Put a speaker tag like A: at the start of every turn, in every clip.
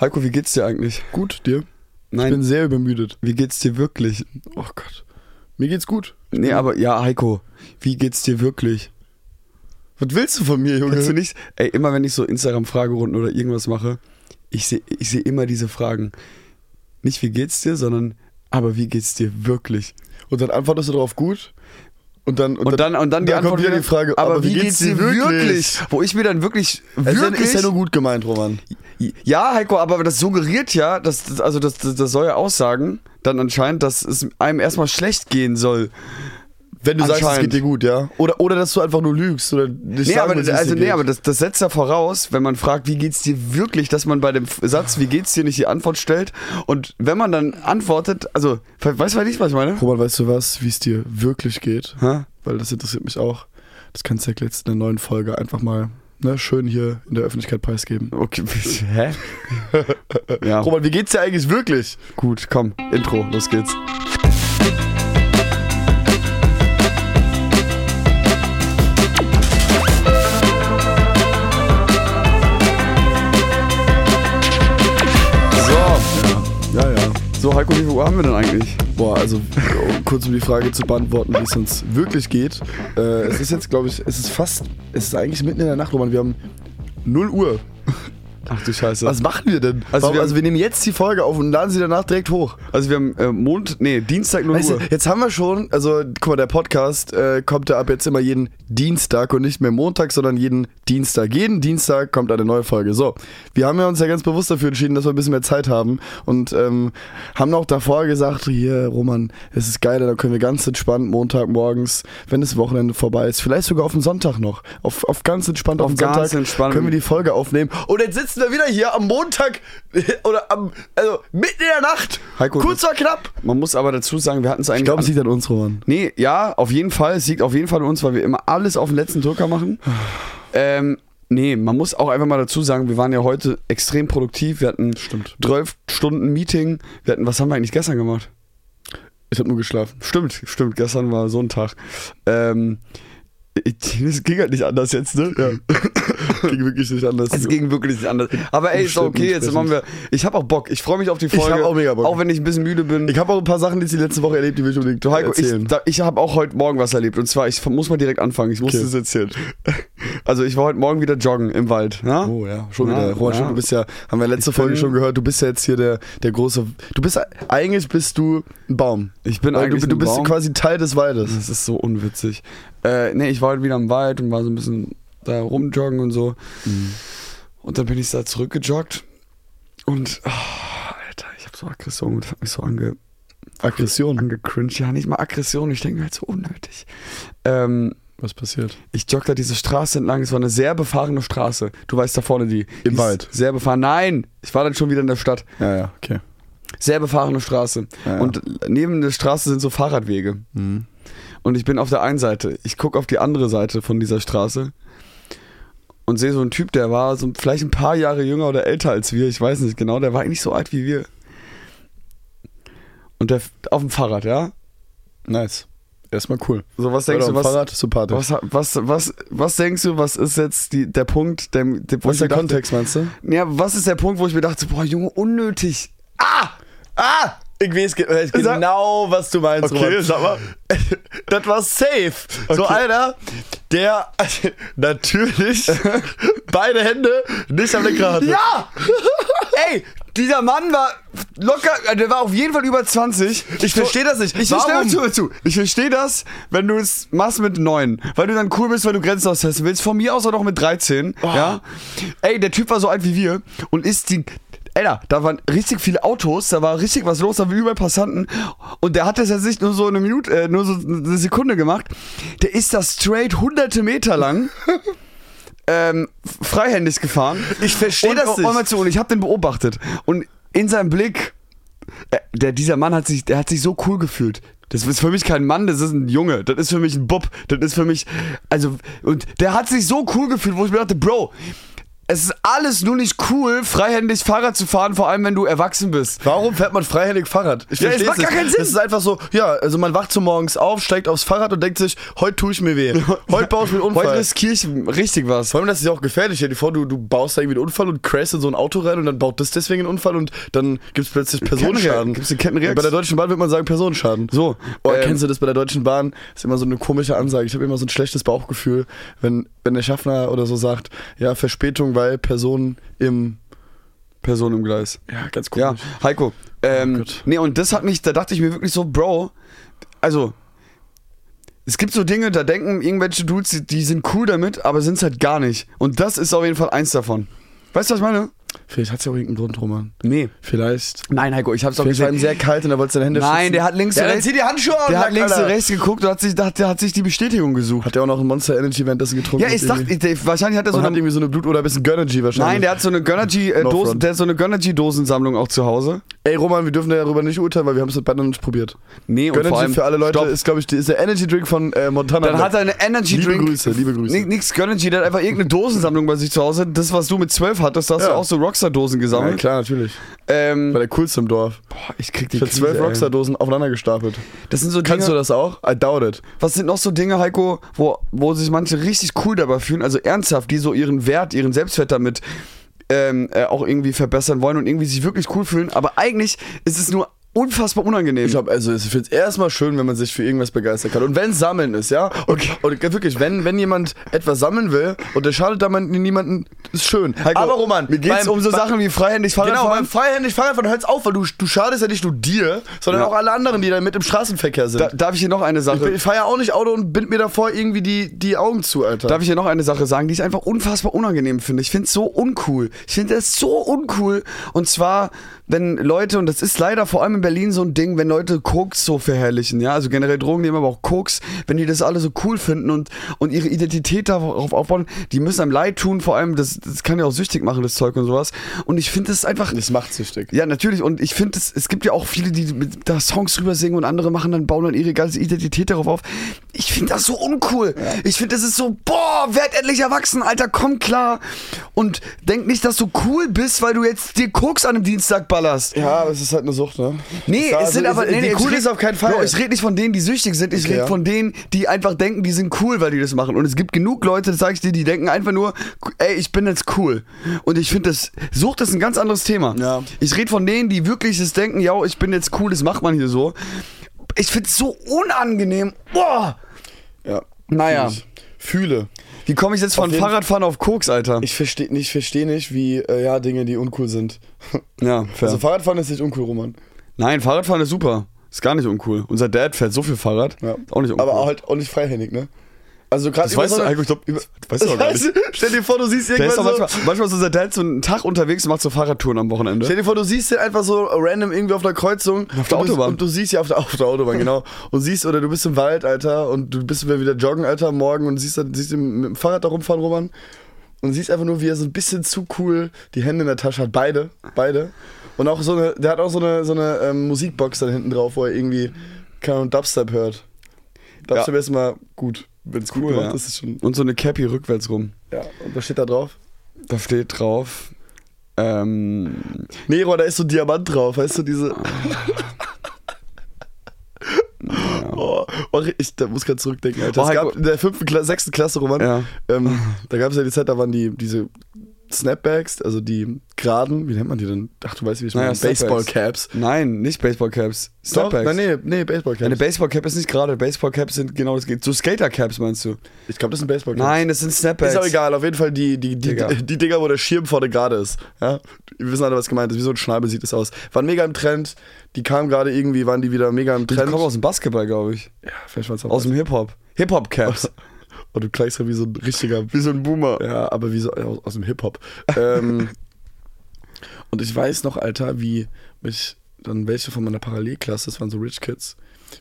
A: Heiko, wie geht's dir eigentlich?
B: Gut, dir? Ich bin
A: Nein,
B: sehr übermüdet.
A: wie geht's dir wirklich?
B: Oh Gott. Mir geht's gut.
A: Nee, aber ja, Heiko, wie geht's dir wirklich?
B: Was willst du von mir, Junge?
A: Kannst du nicht, ey, immer wenn ich so Instagram-Fragerunden oder irgendwas mache, ich sehe ich seh immer diese Fragen. Nicht wie geht's dir, sondern aber wie geht's dir wirklich?
B: Und dann antwortest du darauf gut. Und dann,
A: Und dann, und dann, die Antwort
B: kommt wieder die Frage,
A: aber, wie geht's, dir wirklich? Wo ich mir dann wirklich,
B: Es ist ja-
A: wirklich,
B: ist ja nur gut gemeint, Roman.
A: Ja, Heiko, aber das suggeriert ja, dass, dass- also das, das, das soll ja aussagen, dann anscheinend, dass es einem erstmal schlecht gehen soll.
B: Wenn du sagst, es
A: Anscheinend.
B: geht dir gut, ja? Oder, oder dass du einfach nur lügst. Oder nicht
A: Nee,
B: sagen
A: aber,
B: willst, wie es
A: also,
B: dir
A: nee,
B: geht.
A: aber das, das setzt ja voraus, wenn man fragt, wie geht's dir wirklich, dass man bei dem F- Satz, wie geht's dir, nicht die Antwort stellt. Und wenn man dann antwortet, also, we- weißt du nicht, was ich meine?
B: Roman, weißt du was, wie es dir wirklich geht?
A: Hä?
B: Weil das interessiert mich auch. Das kannst du ja jetzt in der neuen Folge einfach mal ne, schön hier in der Öffentlichkeit preisgeben.
A: Okay, hä? ja,
B: Roman, wie geht's dir eigentlich wirklich?
A: gut, komm, Intro, los geht's.
B: So. Ja, ja.
A: So, Heiko, wie viel Uhr haben wir denn eigentlich?
B: Boah, also um kurz um die Frage zu beantworten, wie es uns wirklich geht. Äh, es ist jetzt, glaube ich, es ist fast, es ist eigentlich mitten in der Nacht, Roman. Wir haben 0 Uhr.
A: Ach du Scheiße.
B: Was machen wir denn?
A: Also
B: Also,
A: wir-
B: wir, also wir nehmen jetzt die Folge auf und laden sie danach direkt hoch.
A: Also, wir haben äh, Mond, nee, Dienstag 0
B: Weißt du,
A: Uhr.
B: jetzt haben wir schon, also guck mal, der Podcast äh, kommt ja ab jetzt immer jeden Dienstag und nicht mehr Montag, sondern jeden Dienstag. Jeden Dienstag kommt eine neue Folge. So, wir haben ja uns ja ganz bewusst dafür entschieden, dass wir ein bisschen mehr Zeit haben und ähm, haben auch davor gesagt, hier Roman, es ist geil, dann können wir ganz entspannt Montagmorgens, wenn das Wochenende vorbei ist, vielleicht sogar auf den Sonntag noch, auf, auf ganz entspannt auf,
A: Auf
B: den
A: ganz
B: Sonntag
A: entspannt.
B: können wir die Folge aufnehmen. Und jetzt sitzen wir wieder hier am Montag oder am, also mitten in der Nacht,
A: Heiko,
B: kurz vor knapp.
A: Man muss aber dazu sagen, wir hatten es eigentlich.
B: Ich glaube, es liegt an uns, Roman.
A: Nee, ja, auf jeden Fall. Es liegt auf jeden Fall an uns, weil wir immer alles auf den letzten Drücker machen. Ähm, nee, man muss auch einfach mal dazu sagen, wir waren ja heute extrem produktiv. Wir hatten
B: Stimmt.
A: zwölf Stunden Meeting. Wir hatten, was haben wir eigentlich gestern gemacht?
B: Ich habe nur geschlafen.
A: Stimmt, stimmt, gestern war so ein Tag. Ähm, ich- es ging halt nicht anders jetzt, ne?
B: Ging wirklich nicht anders.
A: Es ging wirklich nicht anders. Aber ey, ist doch okay, jetzt machen wir. Ich hab auch Bock. Ich freue mich auf die
B: hab
A: Folge.
B: auch mega Bock.
A: Auch wenn ich ein bisschen müde bin.
B: ich habe auch ein paar Sachen, die ich die letzte Woche erlebt, die will ich unbedingt
A: Du Heiko, ich,
B: erzählen.
A: da, ich habe auch heute Morgen was erlebt. Und zwar, ich muss mal direkt anfangen. Ich muss
B: Okay.
A: das erzählen. Also, ich war heute Morgen wieder joggen im Wald. Ne?
B: oh ja, schon
A: Ja,
B: wieder. Roman,
A: ja.
B: du bist ja, haben wir letzte
A: Ich bin-
B: Folge schon gehört, du bist ja jetzt hier der, der große, du bist, eigentlich bist du ein Baum.
A: Ich bin
B: Weil
A: eigentlich
B: du, du
A: ein
B: bist
A: Baum.
B: quasi Teil des Waldes.
A: Das ist so unwitzig. Äh, nee, ich war heute wieder im Wald und war so ein bisschen da rumjoggen und so. Und dann bin ich da zurückgejoggt. Und, ah, Alter, ich habe so Aggression und hab mich so ange.
B: Aggression.
A: angecringed. Ja, nicht mal Aggression. Ich denke mir halt so unnötig. Ähm,
B: Was passiert?
A: ich jogge da diese Straße entlang. Es war eine sehr befahrene Straße. Du weißt da vorne die.
B: Im
A: die ist
B: Wald.
A: Sehr befahren. Nein, ich war dann schon wieder in der Stadt.
B: Ja, ja, okay.
A: Sehr befahrene Straße.
B: Ja, ja.
A: Und neben der Straße sind so Fahrradwege. Und ich bin auf der einen Seite. Ich gucke auf die andere Seite von dieser Straße und sehe so einen Typ, der war so vielleicht ein paar Jahre jünger oder älter als wir. Ich weiß nicht genau. Der war eigentlich so alt wie wir. Und der f- auf dem Fahrrad, ja?
B: Nice. Erstmal cool.
A: So, was denkst
B: Oder
A: du, was,
B: Fahrrad, sympathisch.
A: was, was, was, was denkst du, was ist jetzt die, der Punkt, der, der, wo
B: Was
A: ich
B: ist
A: mir
B: der
A: dachte-
B: Kontext, meinst du?
A: Ja, was ist der Punkt, wo ich mir dachte, boah, Junge, unnötig. Ah!
B: Ah! Ich weiß ge- ich weiß
A: Sag-
B: genau, was du meinst,
A: Okay,
B: Roman.
A: sag mal.
B: Das war safe. So
A: Okay.
B: einer, der natürlich beide Hände nicht am Lenkrad hatte.
A: Ja! Ey, dieser Mann war locker, also der war auf jeden Fall über 20.
B: Ich versteh das nicht.
A: Ich
B: Warum?
A: verstehe zu, zu. Ich verstehe das, wenn du es machst mit 9, weil du dann cool bist, weil du Grenzen austesten willst. Von mir aus auch noch mit 13, ja? Ey, der Typ war so alt wie wir und ist die Alter, da waren richtig viele Autos, da war richtig was los, da waren überall Passanten und der hat das jetzt nicht nur so eine Minute, äh, nur so eine Sekunde gemacht. Der ist da straight hunderte Meter lang ähm, f- freihändig gefahren.
B: Ich versteh
A: Und-
B: das
A: und-
B: nicht.
A: Und, mal zu, und ich habe den beobachtet. Und in seinem Blick, äh, der, dieser Mann hat sich, der hat sich so cool gefühlt. Das ist für mich kein Mann, das ist ein Junge. Das ist für mich ein Bub. Das ist für mich. Also, und der hat sich so cool gefühlt, wo ich mir dachte, Bro, es ist alles nur nicht cool, freihändig Fahrrad zu fahren, vor allem wenn du erwachsen bist.
B: Warum fährt man freihändig Fahrrad? Ich
A: Ja, es
B: versteh's
A: macht gar
B: nicht.
A: keinen Sinn.
B: Es ist einfach so, ja, also man wacht so morgens auf, steigt aufs Fahrrad und denkt sich, heute tue ich mir weh. Heute baue ich mir einen Unfall.
A: Heute riskiere ich richtig was.
B: Vor allem, das ist ja auch gefährlich. Stell dir vor, du, du baust da irgendwie einen Unfall und crashst in so ein Auto rein und dann baut das deswegen einen Unfall und dann gibt es plötzlich Personenschaden.
A: gibt's eine Kettenreaktion?
B: Ja, Bei der Deutschen Bahn würde man sagen Personenschaden.
A: So,
B: Oh,
A: ähm,
B: kennst du das bei der Deutschen Bahn? ist immer so eine komische Ansage. Ich habe immer so ein schlechtes Bauchgefühl, wenn, wenn der Schaffner oder so sagt, ja, Verspätung, weil Personen im...
A: Person im Gleis.
B: Ja, ganz
A: Ja,
B: komisch.
A: Heiko. Ähm,
B: Gott.
A: nee, und das hat mich, da dachte ich mir wirklich so, Bro, also, es gibt so Dinge, da denken irgendwelche Dudes, die, die sind cool damit, aber sind es halt gar nicht. Und das ist auf jeden Fall eins davon. Weißt du, was ich meine?
B: Vielleicht hat es ja auch irgendeinen Grund, Roman.
A: Nee.
B: Vielleicht.
A: Nein, Heiko, ich hab's doch
B: Vielleicht war ihm
A: gesehen.
B: sehr kalt und er wollte seine Hände
A: Nein,
B: schützen.
A: der hat links
B: ja,
A: und
B: dann
A: rechts-
B: zieh die Handschuhe an,
A: Der hat
B: Lack,
A: links und
B: Alter.
A: rechts geguckt und hat sich, hat, der hat sich die Bestätigung gesucht.
B: Hat der auch noch ein Monster Energy währenddessen getrunken?
A: Ja, ich dachte,
B: irgendwie?
A: ich, wahrscheinlich hat er so
B: Und hat
A: eine.
B: irgendwie so eine Blut- oder ein bisschen Gönnergy wahrscheinlich.
A: Nein, der hat so eine Gönnergy äh,
B: No
A: Dosen,
B: front.
A: der hat so eine Gönnergy Dosensammlung auch zu Hause.
B: Ey, Roman, wir dürfen darüber nicht urteilen, weil wir haben es mit beiden noch nicht probiert.
A: Nee, und vor
B: Gönnergy
A: allem
B: für alle Leute
A: Stopp.
B: ist, glaube ich, die- ist der Energy Drink von äh, Montana.
A: Dann hat er eine Energy
B: Liebe
A: Drink.
B: Grüße, liebe Grüße.
A: Ni- Nix Gönnergy, der hat einfach irgendeine Dosensammlung bei sich zu Hause. Das, was du mit 12 hattest, da hast
B: Ja.
A: du auch so Rockstar-Dosen
B: ja,
A: gesammelt.
B: klar, natürlich. War
A: ähm,
B: der coolste im Dorf.
A: boah, ich krieg die
B: Ich habe
A: Krise,
B: zwölf
A: ey.
B: Rockstar-Dosen aufeinander gestapelt.
A: Das sind so
B: Kannst du
A: Dinge,
B: das auch? I doubt it.
A: was sind noch so Dinge, Heiko, wo, wo sich manche richtig cool dabei fühlen, also ernsthaft, die so ihren Wert, ihren Selbstwert damit ähm, äh, auch irgendwie verbessern wollen und irgendwie sich wirklich cool fühlen, aber eigentlich ist es nur unfassbar unangenehm.
B: Ich glaube, also ich finde es erstmal schön, wenn man sich für irgendwas begeistern kann. Und wenn Sammeln ist, ja? Und, und wirklich, wenn, wenn jemand etwas sammeln will und der schadet damit niemanden, ist schön.
A: Heiko,
B: Aber Roman,
A: mir geht's
B: beim-
A: um so
B: bei-
A: Sachen wie freihändig Fahrrad
B: Genau,
A: fahren.
B: beim freihändig Fahrradfahren hört's auf, weil du, du schadest ja nicht nur dir, sondern
A: Ja.
B: auch alle anderen, die da mit im Straßenverkehr sind.
A: Da, darf ich hier noch eine Sache?
B: Ich bin- Ich fahre ja auch nicht Auto und bind mir davor irgendwie die, die Augen zu, Alter.
A: Darf ich hier noch eine Sache sagen, die ich einfach unfassbar unangenehm finde? Ich finde es so uncool. Ich finde es so uncool. Und zwar, wenn Leute, und das ist leider vor allem in Berlin so ein Ding, wenn Leute Koks so verherrlichen, ja, also generell Drogen nehmen, aber auch Koks, wenn die das alle so cool finden und, und ihre Identität darauf aufbauen, die müssen einem leid tun, vor allem, das, das kann ja auch süchtig machen, das Zeug und sowas. Und ich finde es einfach.
B: das macht süchtig.
A: Ja, natürlich. Und ich finde, es, es gibt ja auch viele, die mit, da Songs rüber singen und andere machen dann, bauen dann ihre ganze Identität darauf auf. Ich finde das so uncool. Ich finde, das ist so, boah, werd endlich erwachsen, Alter, komm klar. Und denk nicht, dass du cool bist, weil du jetzt dir Koks an einem Dienstag ballerst.
B: Ja, aber es ist halt eine Sucht, ne?
A: Nee,
B: Ja,
A: es sind
B: also,
A: aber.
B: es-
A: Nee,
B: die
A: nee,
B: cool
A: ich
B: ist auf keinen Fall.
A: Bro, ich rede nicht von denen, die süchtig sind. Ich
B: Okay,
A: rede
B: ja.
A: von denen, die einfach denken, die sind cool, weil die das machen. Und es gibt genug Leute, das sage ich dir, die denken einfach nur, ey, ich bin jetzt cool. Und ich finde, das Sucht ist ein ganz anderes Thema.
B: Ja.
A: Ich rede von denen, die wirklich das denken, ja, ich bin jetzt cool, das macht man hier so. Ich finde es so unangenehm. Boah!
B: ja.
A: Naja.
B: Ich Fühle.
A: Wie komme ich jetzt von
B: Auf jeden-
A: Fahrradfahren auf Koks, Alter?
B: Ich verstehe nicht, versteh nicht, wie äh, ja, Dinge, die uncool sind.
A: ja, fair.
B: Also Fahrradfahren ist nicht uncool, Roman.
A: Nein, Fahrradfahren ist super. Ist gar nicht uncool. Unser Dad fährt so viel Fahrrad.
B: Ja.
A: Ist auch nicht uncool.
B: Aber auch halt auch nicht freihändig, ne? Also gerade
A: das weißt du, Heiko, ich glaube, weißt du auch gar nicht.
B: Stell dir vor, du siehst
A: Der ist doch
B: irgendwann so,
A: manchmal, manchmal ist unser Dad so einen Tag unterwegs und macht so Fahrradtouren am Wochenende.
B: Stell dir vor, du siehst den einfach so random irgendwie auf einer Kreuzung. Auf
A: der
B: und
A: Autobahn.
B: Du, und du siehst ja auf der, auf der Autobahn, genau. Und siehst, oder du bist im Wald, Alter, und du bist wieder joggen, Alter, am morgen und siehst, dann, siehst ihn mit dem Fahrrad da rumfahren, Roman. Und siehst einfach nur, wie er so ein bisschen zu cool die Hände in der Tasche hat. Beide, beide. Und auch so eine, der hat auch so eine, so eine ähm, Musikbox dann hinten drauf, wo er irgendwie, keine Ahnung, Dubstep hört. Dubstep ist mal gut. Wenn es
A: Cool,
B: gut gemacht
A: ja.
B: ist, ist schon.
A: Und so eine Cappy rückwärts rum.
B: Ja, und was steht da drauf?
A: Da steht drauf. Ähm,
B: Nero, da ist so ein Diamant drauf, weißt du, diese. Oh, oh, ich da muss gerade zurückdenken, Alter.
A: Ah. Oh,
B: es
A: Heiko.
B: gab in der fünften Kla sechsten Klasse, Roman,
A: ja.
B: ähm, da gab es ja die Zeit, da waren die, diese Snapbacks, also die geraden, wie nennt man die denn? Ach, du weißt, wie ich
A: Naja,
B: meine.
A: Snapbacks.
B: Baseball-Caps.
A: Nein, nicht Baseballcaps.
B: Doch,
A: Snapbacks.
B: nein, nee, nee, Baseball-Caps.
A: Eine Baseballcap ist nicht gerade. Baseballcaps sind genau das geht. So Skatercaps meinst du?
B: ich glaube, das sind Baseball-Caps.
A: Nein, das sind Snapbacks.
B: Ist auch egal, auf jeden Fall die, die, die,
A: Digga.
B: die, Dinger, wo der Schirm vorne gerade ist. Ja? Wir wissen alle, was gemeint ist. Wie so ein Schnabel sieht das aus. Waren mega im Trend. Die kamen gerade irgendwie, waren die wieder mega im
A: Die
B: Trend.
A: kommen aus dem Basketball, glaube ich.
B: ja, vielleicht war's auch
A: Aus dem Hip-Hop. Hip-Hop-Caps.
B: Oh, du klangst ja wie so ein richtiger.
A: Wie so ein Boomer.
B: Ja, aber wie so ja, aus, aus dem Hip-Hop. ähm, und ich weiß noch, Alter, wie mich dann welche von meiner Parallelklasse, das waren so Rich Kids,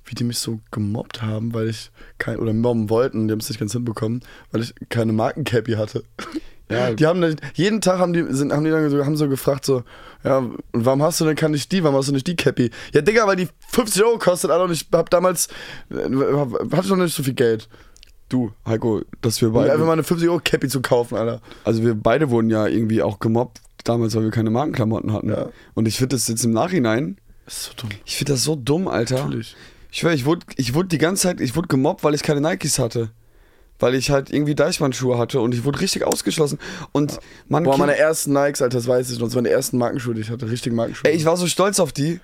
B: wie die mich so gemobbt haben, weil ich kein, oder mobben wollten, die haben es nicht ganz hinbekommen, weil ich keine Markencappy hatte.
A: Ja.
B: Die haben dann, jeden Tag haben die, sind, haben die dann so, haben so gefragt, so, ja, und warum hast du denn kann ich die, warum hast du nicht die Cappy? Ja, Digga, weil die 50 Euro kostet, Alter, und ich hab damals, äh, hab- hatte ich noch nicht so viel Geld.
A: du, Heiko, dass wir
B: Und
A: beide.
B: einfach mal eine 50-Euro-Cappy zu kaufen, Alter.
A: Also wir beide wurden ja irgendwie auch gemobbt damals, weil wir keine Markenklamotten hatten.
B: Ja.
A: Und ich finde das jetzt im Nachhinein,
B: Das ist so dumm.
A: ich finde das so dumm, Alter.
B: Natürlich.
A: Ich schwör, ich wurde, ich wurde die ganze Zeit, ich wurde gemobbt, weil ich keine Nikes hatte. Weil ich halt irgendwie Deichmann-Schuhe hatte und ich wurde richtig ausgeschlossen. Und man,
B: Boah, meine ersten Nikes, Alter, das weiß ich noch. Das waren die ersten Markenschuhe, die ich hatte. Richtige Markenschuhe.
A: ey, ich war so stolz auf die.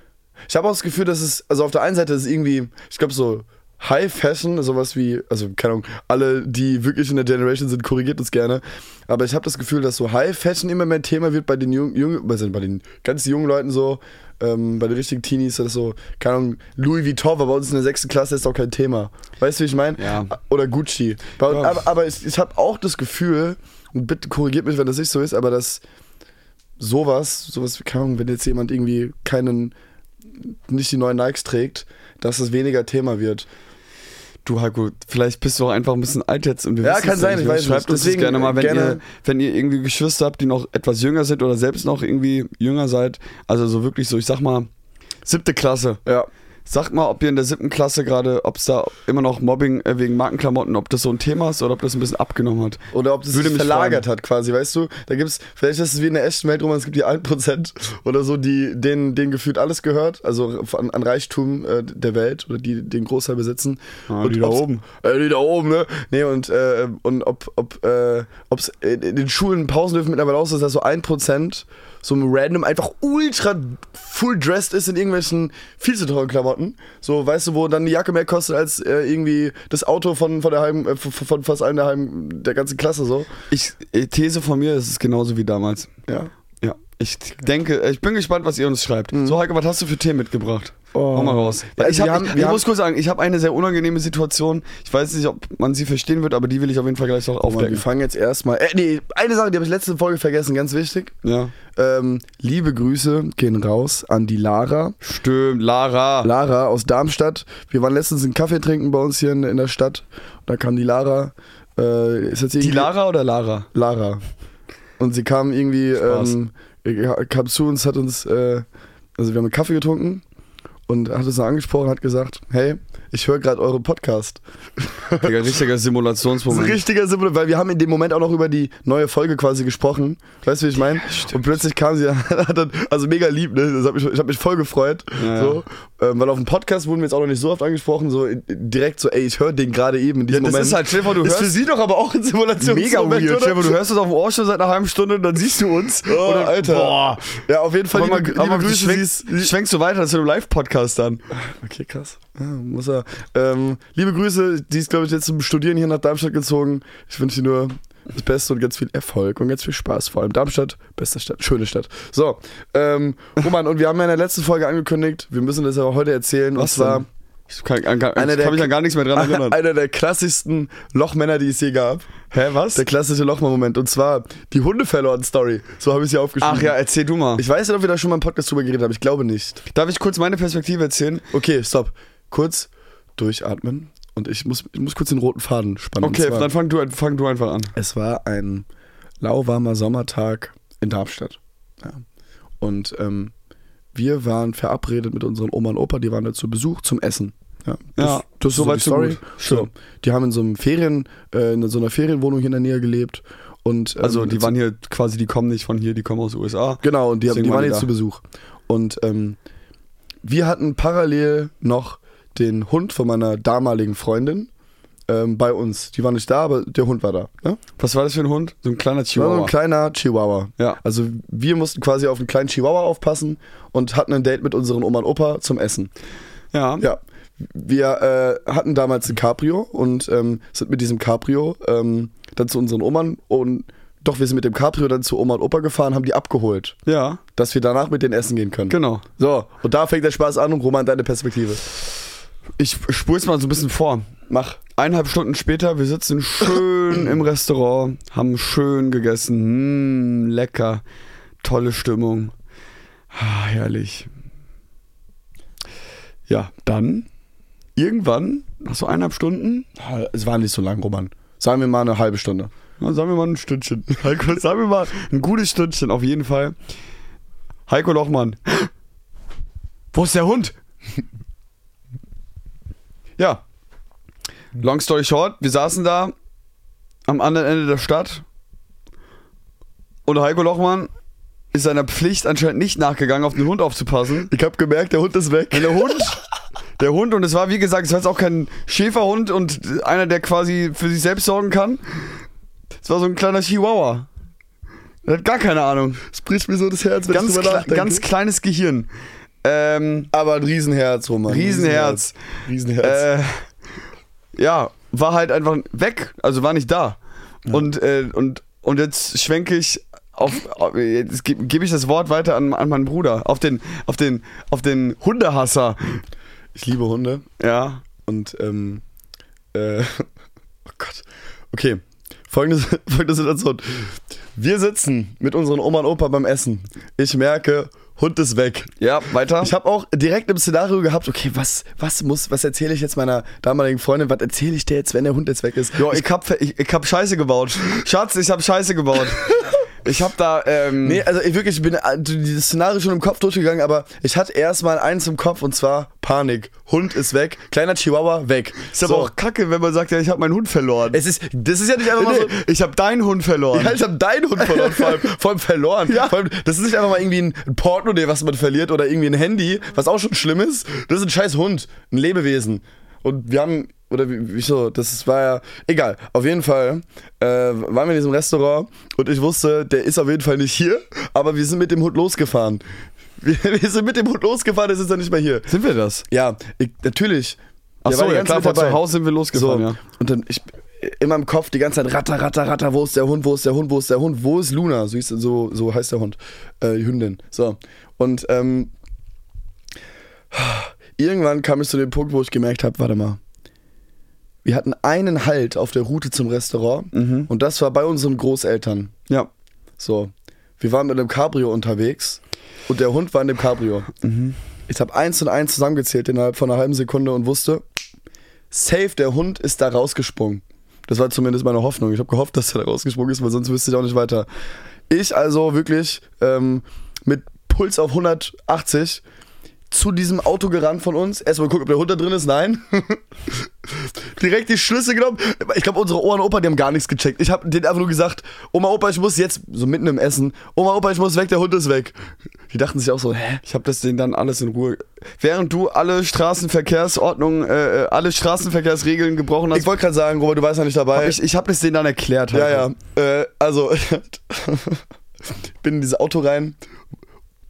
B: Ich habe auch das Gefühl, dass es, also auf der einen Seite ist es irgendwie, ich glaube so High Fashion, sowas wie, also keine Ahnung, alle, die wirklich in der Generation sind, korrigiert uns gerne. Aber ich habe das Gefühl, dass so High Fashion immer mehr Thema wird bei den jungen, jungen bei den- bei den ganz jungen Leuten so, ähm, bei den richtigen Teenies, das ist so, keine Ahnung, Louis Vuitton war bei uns in der sechsten Klasse ist auch kein Thema. Weißt du, wie ich meine?
A: Ja.
B: Oder Gucci. Bei,
A: Ja.
B: Aber, aber ich, ich habe auch das Gefühl, und bitte korrigiert mich, wenn das nicht so ist, aber dass sowas, sowas, wie, keine Ahnung, wenn jetzt jemand irgendwie keinen, nicht die neuen Nikes trägt, dass es weniger Thema wird.
A: Du, Heiko, vielleicht bist du auch einfach ein bisschen alt jetzt und wir
B: Ja,
A: wissen
B: kann
A: es
B: sein, ich
A: mehr.
B: weiß
A: Schreibt
B: nicht.
A: uns
B: Deswegen,
A: das gerne mal, wenn,
B: gerne-
A: Ihr, wenn ihr irgendwie Geschwister habt, die noch etwas jünger sind oder selbst noch irgendwie jünger seid. Also so wirklich so, ich sag mal, siebte Klasse.
B: Ja.
A: Sagt mal, ob ihr in der siebten Klasse gerade, ob es da immer noch Mobbing äh, wegen Markenklamotten, ob das so ein Thema ist oder ob das ein bisschen abgenommen hat.
B: Oder ob das
A: Würde
B: sich
A: mich
B: verlagert hat quasi, weißt du? Da gibt's, vielleicht ist es wie in der echten Welt, Roman, es gibt die 1% oder so, die, denen, denen gefühlt alles gehört, also an, an Reichtum äh, der Welt oder die den Großteil besitzen.
A: Ah, die da
B: ob's-
A: oben.
B: Äh, die da oben, ne? Nee, und, äh, und ob ob, äh, ob's in, in den Schulen Pausenhöfen mittlerweile aus ist, dass so 1% so ein random einfach ultra full dressed ist in irgendwelchen viel zu teuren Klamotten. So, weißt du, wo dann die Jacke mehr kostet als äh, irgendwie das Auto von, von der halben, äh, von, von fast allen der halben, der ganzen Klasse so.
A: Ich, äh, These von mir, es ist genauso wie damals.
B: Ja.
A: Ja. Mhm. Ich denke, ich bin gespannt, was ihr uns schreibt. So, Heike, was hast du für Themen mitgebracht?
B: Oh.
A: Hau mal raus.
B: Ja,
A: ich
B: wir
A: hab,
B: haben-
A: ich,
B: wir
A: ich
B: haben-
A: muss kurz sagen, ich habe eine sehr unangenehme Situation. Ich weiß nicht, ob man sie verstehen wird, aber die will ich auf jeden Fall gleich noch
B: Mann, wir
A: aufdecken.
B: fangen jetzt erstmal. Äh, nee, eine Sache, die habe ich letzte Folge vergessen, ganz wichtig.
A: Ja.
B: Ähm, liebe Grüße gehen raus an die Lara.
A: Stimmt, Lara.
B: Lara aus Darmstadt. Wir waren letztens einen Kaffee trinken bei uns hier in, in der Stadt. Da kam die Lara. Äh, ist jetzt
A: die
B: irgendwie-
A: Lara oder Lara?
B: Lara. Und sie kam irgendwie,
A: Spaß.
B: ähm, ja, kam zu uns, hat uns, äh, also wir haben einen Kaffee getrunken und hat uns dann angesprochen, hat gesagt, hey, ich höre gerade euren Podcast.
A: Digga, richtiger
B: Das ist ein
A: Simulationsmoment.
B: richtiger Symbol, weil wir haben in dem Moment auch noch über die neue Folge quasi gesprochen. Weißt du, wie ich meine? und plötzlich kam sie, hat dann, also mega lieb, ne? Das hat mich, ich habe mich voll gefreut.
A: Ja,
B: so. Ähm, weil auf dem Podcast wurden wir jetzt auch noch nicht so oft angesprochen, so in- direkt so, ey, ich höre den gerade eben
A: Ja,
B: in diesem
A: das
B: Moment.
A: ist halt, stell dir vor, du
B: Ist für
A: hörst.
B: sie doch aber auch ein Simulationsmoment,
A: Mega weird.
B: oder?
A: Stell dir vor, du hörst es auf dem Ohr schon seit einer halben Stunde und dann siehst du uns.
B: Oh,
A: und dann,
B: Alter.
A: Boah.
B: Ja, auf jeden Fall,
A: Aber,
B: liebe,
A: aber du
B: liebe Grüße, sie
A: schwenkst,
B: ist,
A: schwenkst du weiter zu einem Live-Podcast dann.
B: Okay, krass. Ja, muss er. Ähm, liebe Grüße, die ist, glaube ich, jetzt zum Studieren hier nach Darmstadt gezogen. Ich wünsche dir nur das Beste und ganz viel Erfolg und ganz viel Spaß. Vor allem Darmstadt, beste Stadt, schöne Stadt. So, ähm, Roman, und wir haben ja in der letzten Folge angekündigt, wir müssen das aber heute erzählen.
A: Was
B: und zwar
A: denn? Ich kann, an, an,
B: Einer
A: ich
B: der-
A: kann mich an gar nichts mehr dran erinnern.
B: einer der klassischsten Lochmänner, die es je gab.
A: Hä, was?
B: Der klassische Lochmann-Moment. Und zwar die Hunde-Verloren-Story. So habe ich sie aufgeschrieben.
A: Ach ja, erzähl du mal.
B: Ich weiß nicht, ob wir da schon mal im Podcast drüber geredet haben. Ich glaube nicht.
A: Darf ich kurz meine Perspektive erzählen?
B: Okay, stopp. Kurz durchatmen. Und ich muss, ich muss kurz den roten Faden spannen.
A: Okay,
B: es war,
A: dann fang du, fang du einfach an.
B: es war ein lauwarmer Sommertag in Darmstadt. Ja. Und ähm, wir waren verabredet mit unseren Oma und Opa, die waren da zu Besuch zum Essen. Ja, das,
A: Ja,
B: das ist so
A: soweit,
B: die
A: so
B: Story.
A: gut.
B: So, ähm, die haben in so einem Ferien, äh, in so einer Ferienwohnung hier in der Nähe gelebt. Und, ähm,
A: Also, die waren hier quasi, die kommen nicht von hier, die kommen aus den USA.
B: Genau, und die, haben,
A: Deswegen
B: die
A: waren
B: waren
A: die
B: jetzt
A: da.
B: zu Besuch. Und ähm, wir hatten parallel noch den Hund von meiner damaligen Freundin ähm, bei uns. Die war nicht da, aber der Hund war da. Ne?
A: Was war das für ein Hund? So ein kleiner
B: Das war so
A: Chihuahua.
B: ein kleiner Chihuahua.
A: Ja.
B: Also wir mussten quasi auf einen kleinen Chihuahua aufpassen und hatten ein Date mit unseren Oma und Opa zum Essen.
A: ja.
B: Ja. Wir äh, hatten damals ein Cabrio und ähm, sind mit diesem Cabrio ähm, dann zu unseren Oman und doch, wir sind mit dem Cabrio dann zu Oma und Opa gefahren, haben die abgeholt,
A: Ja,
B: dass wir danach mit denen essen gehen können.
A: genau.
B: So, und da fängt der Spaß an und Roman, deine Perspektive.
A: Ich spul's mal so ein bisschen vor.
B: Mach.
A: Eineinhalb Stunden später, wir sitzen schön im Restaurant, haben schön gegessen. Mm, lecker. Tolle Stimmung. Ah, herrlich. Ja, dann irgendwann, nach so eineinhalb Stunden,
B: Ah, Es war nicht so lang, Roman. Sagen wir mal eine halbe Stunde.
A: Na, sagen wir mal ein Stündchen. Heiko, sagen wir mal ein gutes Stündchen, auf jeden Fall. Heiko Lochmann. Wo ist der Hund? Ja. Long story short, wir saßen da am anderen Ende der Stadt und Heiko Lochmann ist seiner Pflicht anscheinend nicht nachgegangen, auf den Hund aufzupassen.
B: Ich habe gemerkt, der Hund ist weg.
A: Wenn der Hund, der Hund, und es war wie gesagt, es war jetzt auch kein Schäferhund und einer, der quasi für sich selbst sorgen kann. Es war so ein kleiner Chihuahua. Der hat gar keine Ahnung.
B: Das bricht mir so das Herz, wenn
A: Ganz,
B: ich drüber
A: kle
B: nachdenke.
A: ganz kleines Gehirn. Ähm,
B: aber ein Riesenherz, Roman.
A: Riesenherz.
B: Riesenherz.
A: Äh, ja, war halt einfach weg, also war nicht da. Und, äh, und, und jetzt schwenke ich auf, auf jetzt ge- gebe ich das Wort weiter an, an meinen Bruder, auf den, auf den, auf den Hundehasser.
B: Ich liebe Hunde.
A: Ja.
B: Und, ähm, äh, oh Gott. Okay, folgendes, folgende Situation. Wir sitzen mit unseren Oma und Opa beim Essen. Ich merke, Hund ist weg.
A: Ja, weiter.
B: Ich habe auch direkt im Szenario gehabt, okay, was, was muss, was erzähle ich jetzt meiner damaligen Freundin, was erzähle ich dir jetzt, wenn der Hund jetzt weg ist?
A: Jo, ich hab, ich, ich hab Scheiße gebaut. Schatz, ich hab Scheiße gebaut. Ich hab da, ähm,
B: Nee, also ich wirklich, ich bin äh, dieses Szenario schon im Kopf durchgegangen, aber ich hatte erstmal eins im Kopf und zwar Panik. Hund ist weg, kleiner Chihuahua weg.
A: ist aber auch kacke, wenn man sagt, ja, ich hab meinen Hund verloren.
B: es ist, das ist ja nicht einfach mal so.
A: Nee, ich hab deinen Hund verloren.
B: Ja, ich hab deinen Hund verloren, vor allem, vor allem verloren.
A: Ja.
B: Vor allem, das ist nicht einfach mal irgendwie ein ein Portemonnaie, was man verliert oder irgendwie ein Handy, was auch schon schlimm ist. Das ist ein scheiß Hund, ein Lebewesen. Und wir haben, oder wie, wieso, das war ja, egal. Auf jeden Fall äh, waren wir in diesem Restaurant und ich wusste, der ist auf jeden Fall nicht hier, aber wir sind mit dem Hund losgefahren. Wir, wir sind mit dem Hund losgefahren, der ist jetzt nicht mehr hier.
A: Sind wir das?
B: Ja, ich, natürlich.
A: Ach
B: Der
A: so,
B: war die
A: ja
B: ganze
A: klar,
B: Zeit
A: von
B: dabei.
A: zu Hause sind wir losgefahren,
B: So.
A: ja.
B: Und dann ich in meinem Kopf die ganze Zeit ratter, ratter, ratter, wo ist der Hund, wo ist der Hund, wo ist der Hund, wo ist Luna? So, hieß, so, so heißt der Hund. Äh, die Hündin. So. Und ähm, irgendwann kam ich zu dem Punkt, wo ich gemerkt habe, warte mal. Wir hatten einen Halt auf der Route zum Restaurant
A: Mhm.
B: und das war bei unseren Großeltern.
A: Ja.
B: So, wir waren mit einem Cabrio unterwegs und der Hund war in dem Cabrio. Ich habe eins und eins zusammengezählt innerhalb von einer halben Sekunde und wusste, safe, der Hund ist da rausgesprungen. Das war zumindest meine Hoffnung. Ich habe gehofft, dass er da rausgesprungen ist, weil sonst wüsste ich auch nicht weiter. Ich also wirklich ähm, mit Puls auf 180 zu diesem Auto gerannt von uns. Erstmal gucken, ob der Hund da drin ist. Nein. Direkt die Schlüssel genommen. Ich glaube, unsere Oma und Opa, die haben gar nichts gecheckt. Ich habe denen einfach nur gesagt, Oma, Opa, ich muss jetzt, so mitten im Essen, Oma, Opa, ich muss weg, der Hund ist weg. Die dachten sich auch so, hä?
A: Ich habe das denen dann alles in Ruhe. Während du alle Straßenverkehrsordnungen, äh, äh, alle Straßenverkehrsregeln gebrochen
B: Ich
A: hast,
B: wollte gerade sagen, Robert, du weißt ja nicht dabei.
A: Also hab ich, ich habe das denen dann erklärt. halt.
B: ja,
A: Alter.
B: ja. Äh, also, ich bin in dieses Auto rein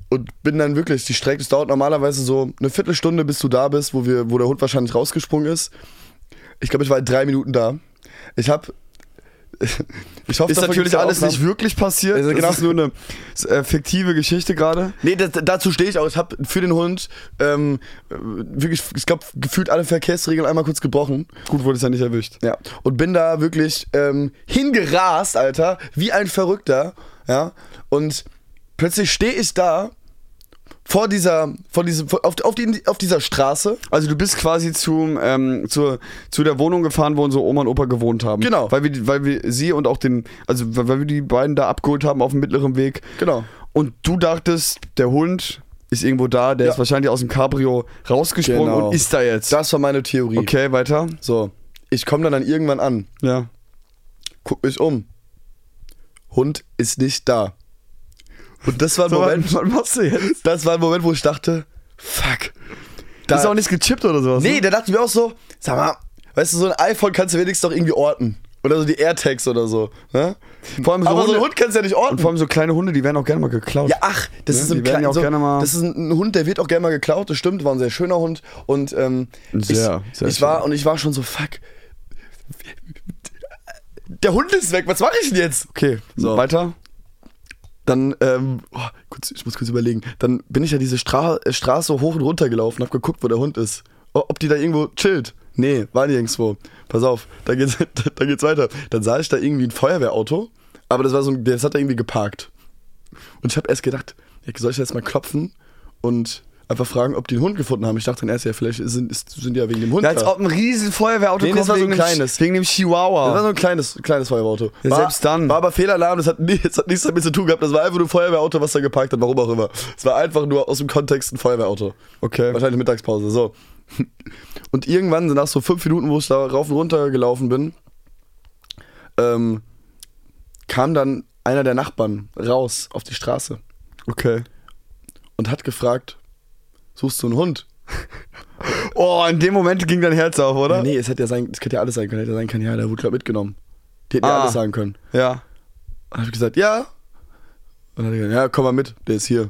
B: und bin dann wirklich, die Strecke, es dauert normalerweise so eine Viertelstunde, bis du da bist, wo, wir, wo der Hund wahrscheinlich rausgesprungen ist. Ich glaube, ich war in drei Minuten da. Ich habe... Ich hoffe,
A: Ist
B: davon gibt's
A: natürlich
B: ja
A: alles
B: Aufnahmen.
A: nicht wirklich passiert.
B: Also genau.
A: Das ist nur eine äh, fiktive Geschichte gerade.
B: Nee, das, dazu stehe ich auch. Ich habe für den Hund ähm, äh, wirklich, ich glaube, gefühlt alle Verkehrsregeln einmal kurz gebrochen.
A: Gut wurde es ja nicht erwischt.
B: Ja. Und bin da wirklich ähm, hingerast, Alter, wie ein Verrückter. Ja. Und plötzlich stehe ich da vor dieser, vor diesem, vor- auf, auf, die, auf dieser Straße.
A: Also du bist quasi zum, ähm, zur, zu der Wohnung gefahren, wo unsere Oma und Opa gewohnt haben.
B: Genau.
A: Weil wir, weil wir sie und auch den, also weil weil wir die beiden da abgeholt haben auf dem mittleren Weg.
B: Genau.
A: Und du dachtest, der Hund ist irgendwo da, der
B: Ja.
A: ist wahrscheinlich aus dem Cabrio rausgesprungen
B: Genau.
A: und ist da jetzt.
B: Das war meine Theorie.
A: Okay, weiter.
B: So. Ich komme dann, dann irgendwann an,
A: Ja.
B: guck mich um. Hund ist nicht da. Und das war ein Moment,
A: was machst du jetzt?
B: das war ein Moment, wo ich dachte, fuck. Da,
A: ist auch nichts gechippt oder sowas.
B: nee,
A: ne?
B: da dachten wir auch so, sag mal, weißt du, so ein iPhone kannst du wenigstens doch irgendwie orten. Oder so die AirTags oder so. Ne?
A: Vor allem so
B: Aber so
A: Hunde-
B: einen Hund kannst du ja nicht
A: Und
B: orten.
A: vor allem so kleine Hunde, die werden auch gerne mal geklaut.
B: Ja, ach, das
A: Ne,
B: ist
A: die
B: ein
A: werden ja
B: kleiner,
A: auch
B: so,
A: gerne mal-
B: das ist ein ein Hund, der wird auch gerne mal geklaut, das stimmt, war ein sehr schöner Hund und ähm,
A: Sehr,
B: ich,
A: sehr
B: ich war und ich war schon so fuck. Der Hund ist weg, was mache ich denn jetzt?
A: Okay,
B: So.
A: weiter.
B: dann, ähm, oh, kurz, ich muss kurz überlegen, dann bin ich ja diese Stra äh, Straße hoch und runter gelaufen, hab geguckt, wo der Hund ist. O- Ob die da irgendwo chillt. Nee, war nirgendwo. Pass auf, da geht's, da geht's weiter. Dann sah ich da irgendwie ein Feuerwehrauto, aber das war so ein, das hat da irgendwie geparkt. Und ich habe erst gedacht, ja, soll ich jetzt mal klopfen und einfach fragen, ob die einen Hund gefunden haben. Ich dachte dann erst, ja, vielleicht sind, ist, sind die ja wegen dem Hund
A: Ja,
B: da.
A: als ob ein riesen Feuerwehrauto
B: Nee, das
A: kommt
B: war so
A: wegen
B: ein
A: dem Sch-
B: kleines.
A: wegen dem
B: Das war
A: Chihuahua.
B: so ein kleines, kleines Feuerwehrauto.
A: Ja,
B: war,
A: selbst dann.
B: War aber Fehlalarm, das hat, nie, das hat nichts damit zu tun gehabt. Das war einfach nur ein Feuerwehrauto, was da geparkt hat, warum auch immer. Es war einfach nur aus dem Kontext ein Feuerwehrauto.
A: Okay.
B: Wahrscheinlich Mittagspause. So. Und irgendwann, nach so fünf Minuten, wo ich da rauf und runter gelaufen bin, ähm, kam dann einer der Nachbarn raus auf die Straße
A: Okay.
B: und hat gefragt, suchst du einen Hund?
A: Oh, in dem Moment ging dein Herz auf, oder?
B: Nee, es hätte ja sein, es hätte ja alles sein können. Hätte ja sein können, ja, der wurde gerade mitgenommen. Die hätten
A: Ah.
B: ja alles sagen können.
A: Ja.
B: Und hab ich gesagt, ja. Und dann hat er gesagt, ja, komm mal mit, der ist hier.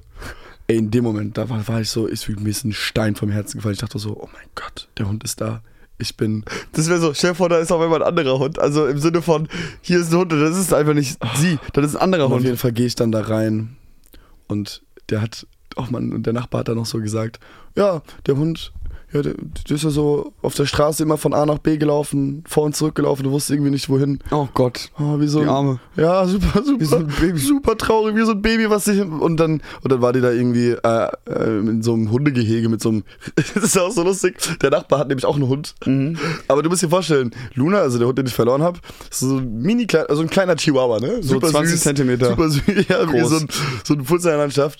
B: Ey, in dem Moment, da war, war ich so, ist mir ist ein Stein vom Herzen gefallen. Ich dachte so, oh mein Gott, der Hund ist da. Ich bin.
A: Das wäre so, stell dir vor, da ist auf einmal ein anderer Hund. Also im Sinne von, hier ist ein Hund, und das ist einfach nicht sie, das ist ein anderer
B: Und auf
A: Hund.
B: jeden Fall gehe ich dann da rein. Und der hat, oh Mann, und der Nachbar hat dann noch so gesagt, ja, der Hund, ja, der, der ist ja so auf der Straße immer von A nach B gelaufen, vor und zurück gelaufen, du wusstest irgendwie nicht wohin.
A: Oh Gott.
B: Oh, wie so
A: Die
B: ein-
A: Arme.
B: Ja, super, super.
A: Wie so ein Baby.
B: Super traurig, wie so ein Baby, was sich. Und dann, und dann war die da irgendwie äh, äh, in so einem Hundegehege mit so einem. das ist auch so lustig. Der Nachbar hat nämlich auch einen Hund.
A: Mhm.
B: Aber du musst dir vorstellen, Luna, also der Hund, den ich verloren habe, ist so ein mini kleiner, also ein kleiner Chihuahua, ne?
A: So 20 Zentimeter.
B: Super süß, ja, wie
A: Groß.
B: so ein, so ein Furz in der Landschaft.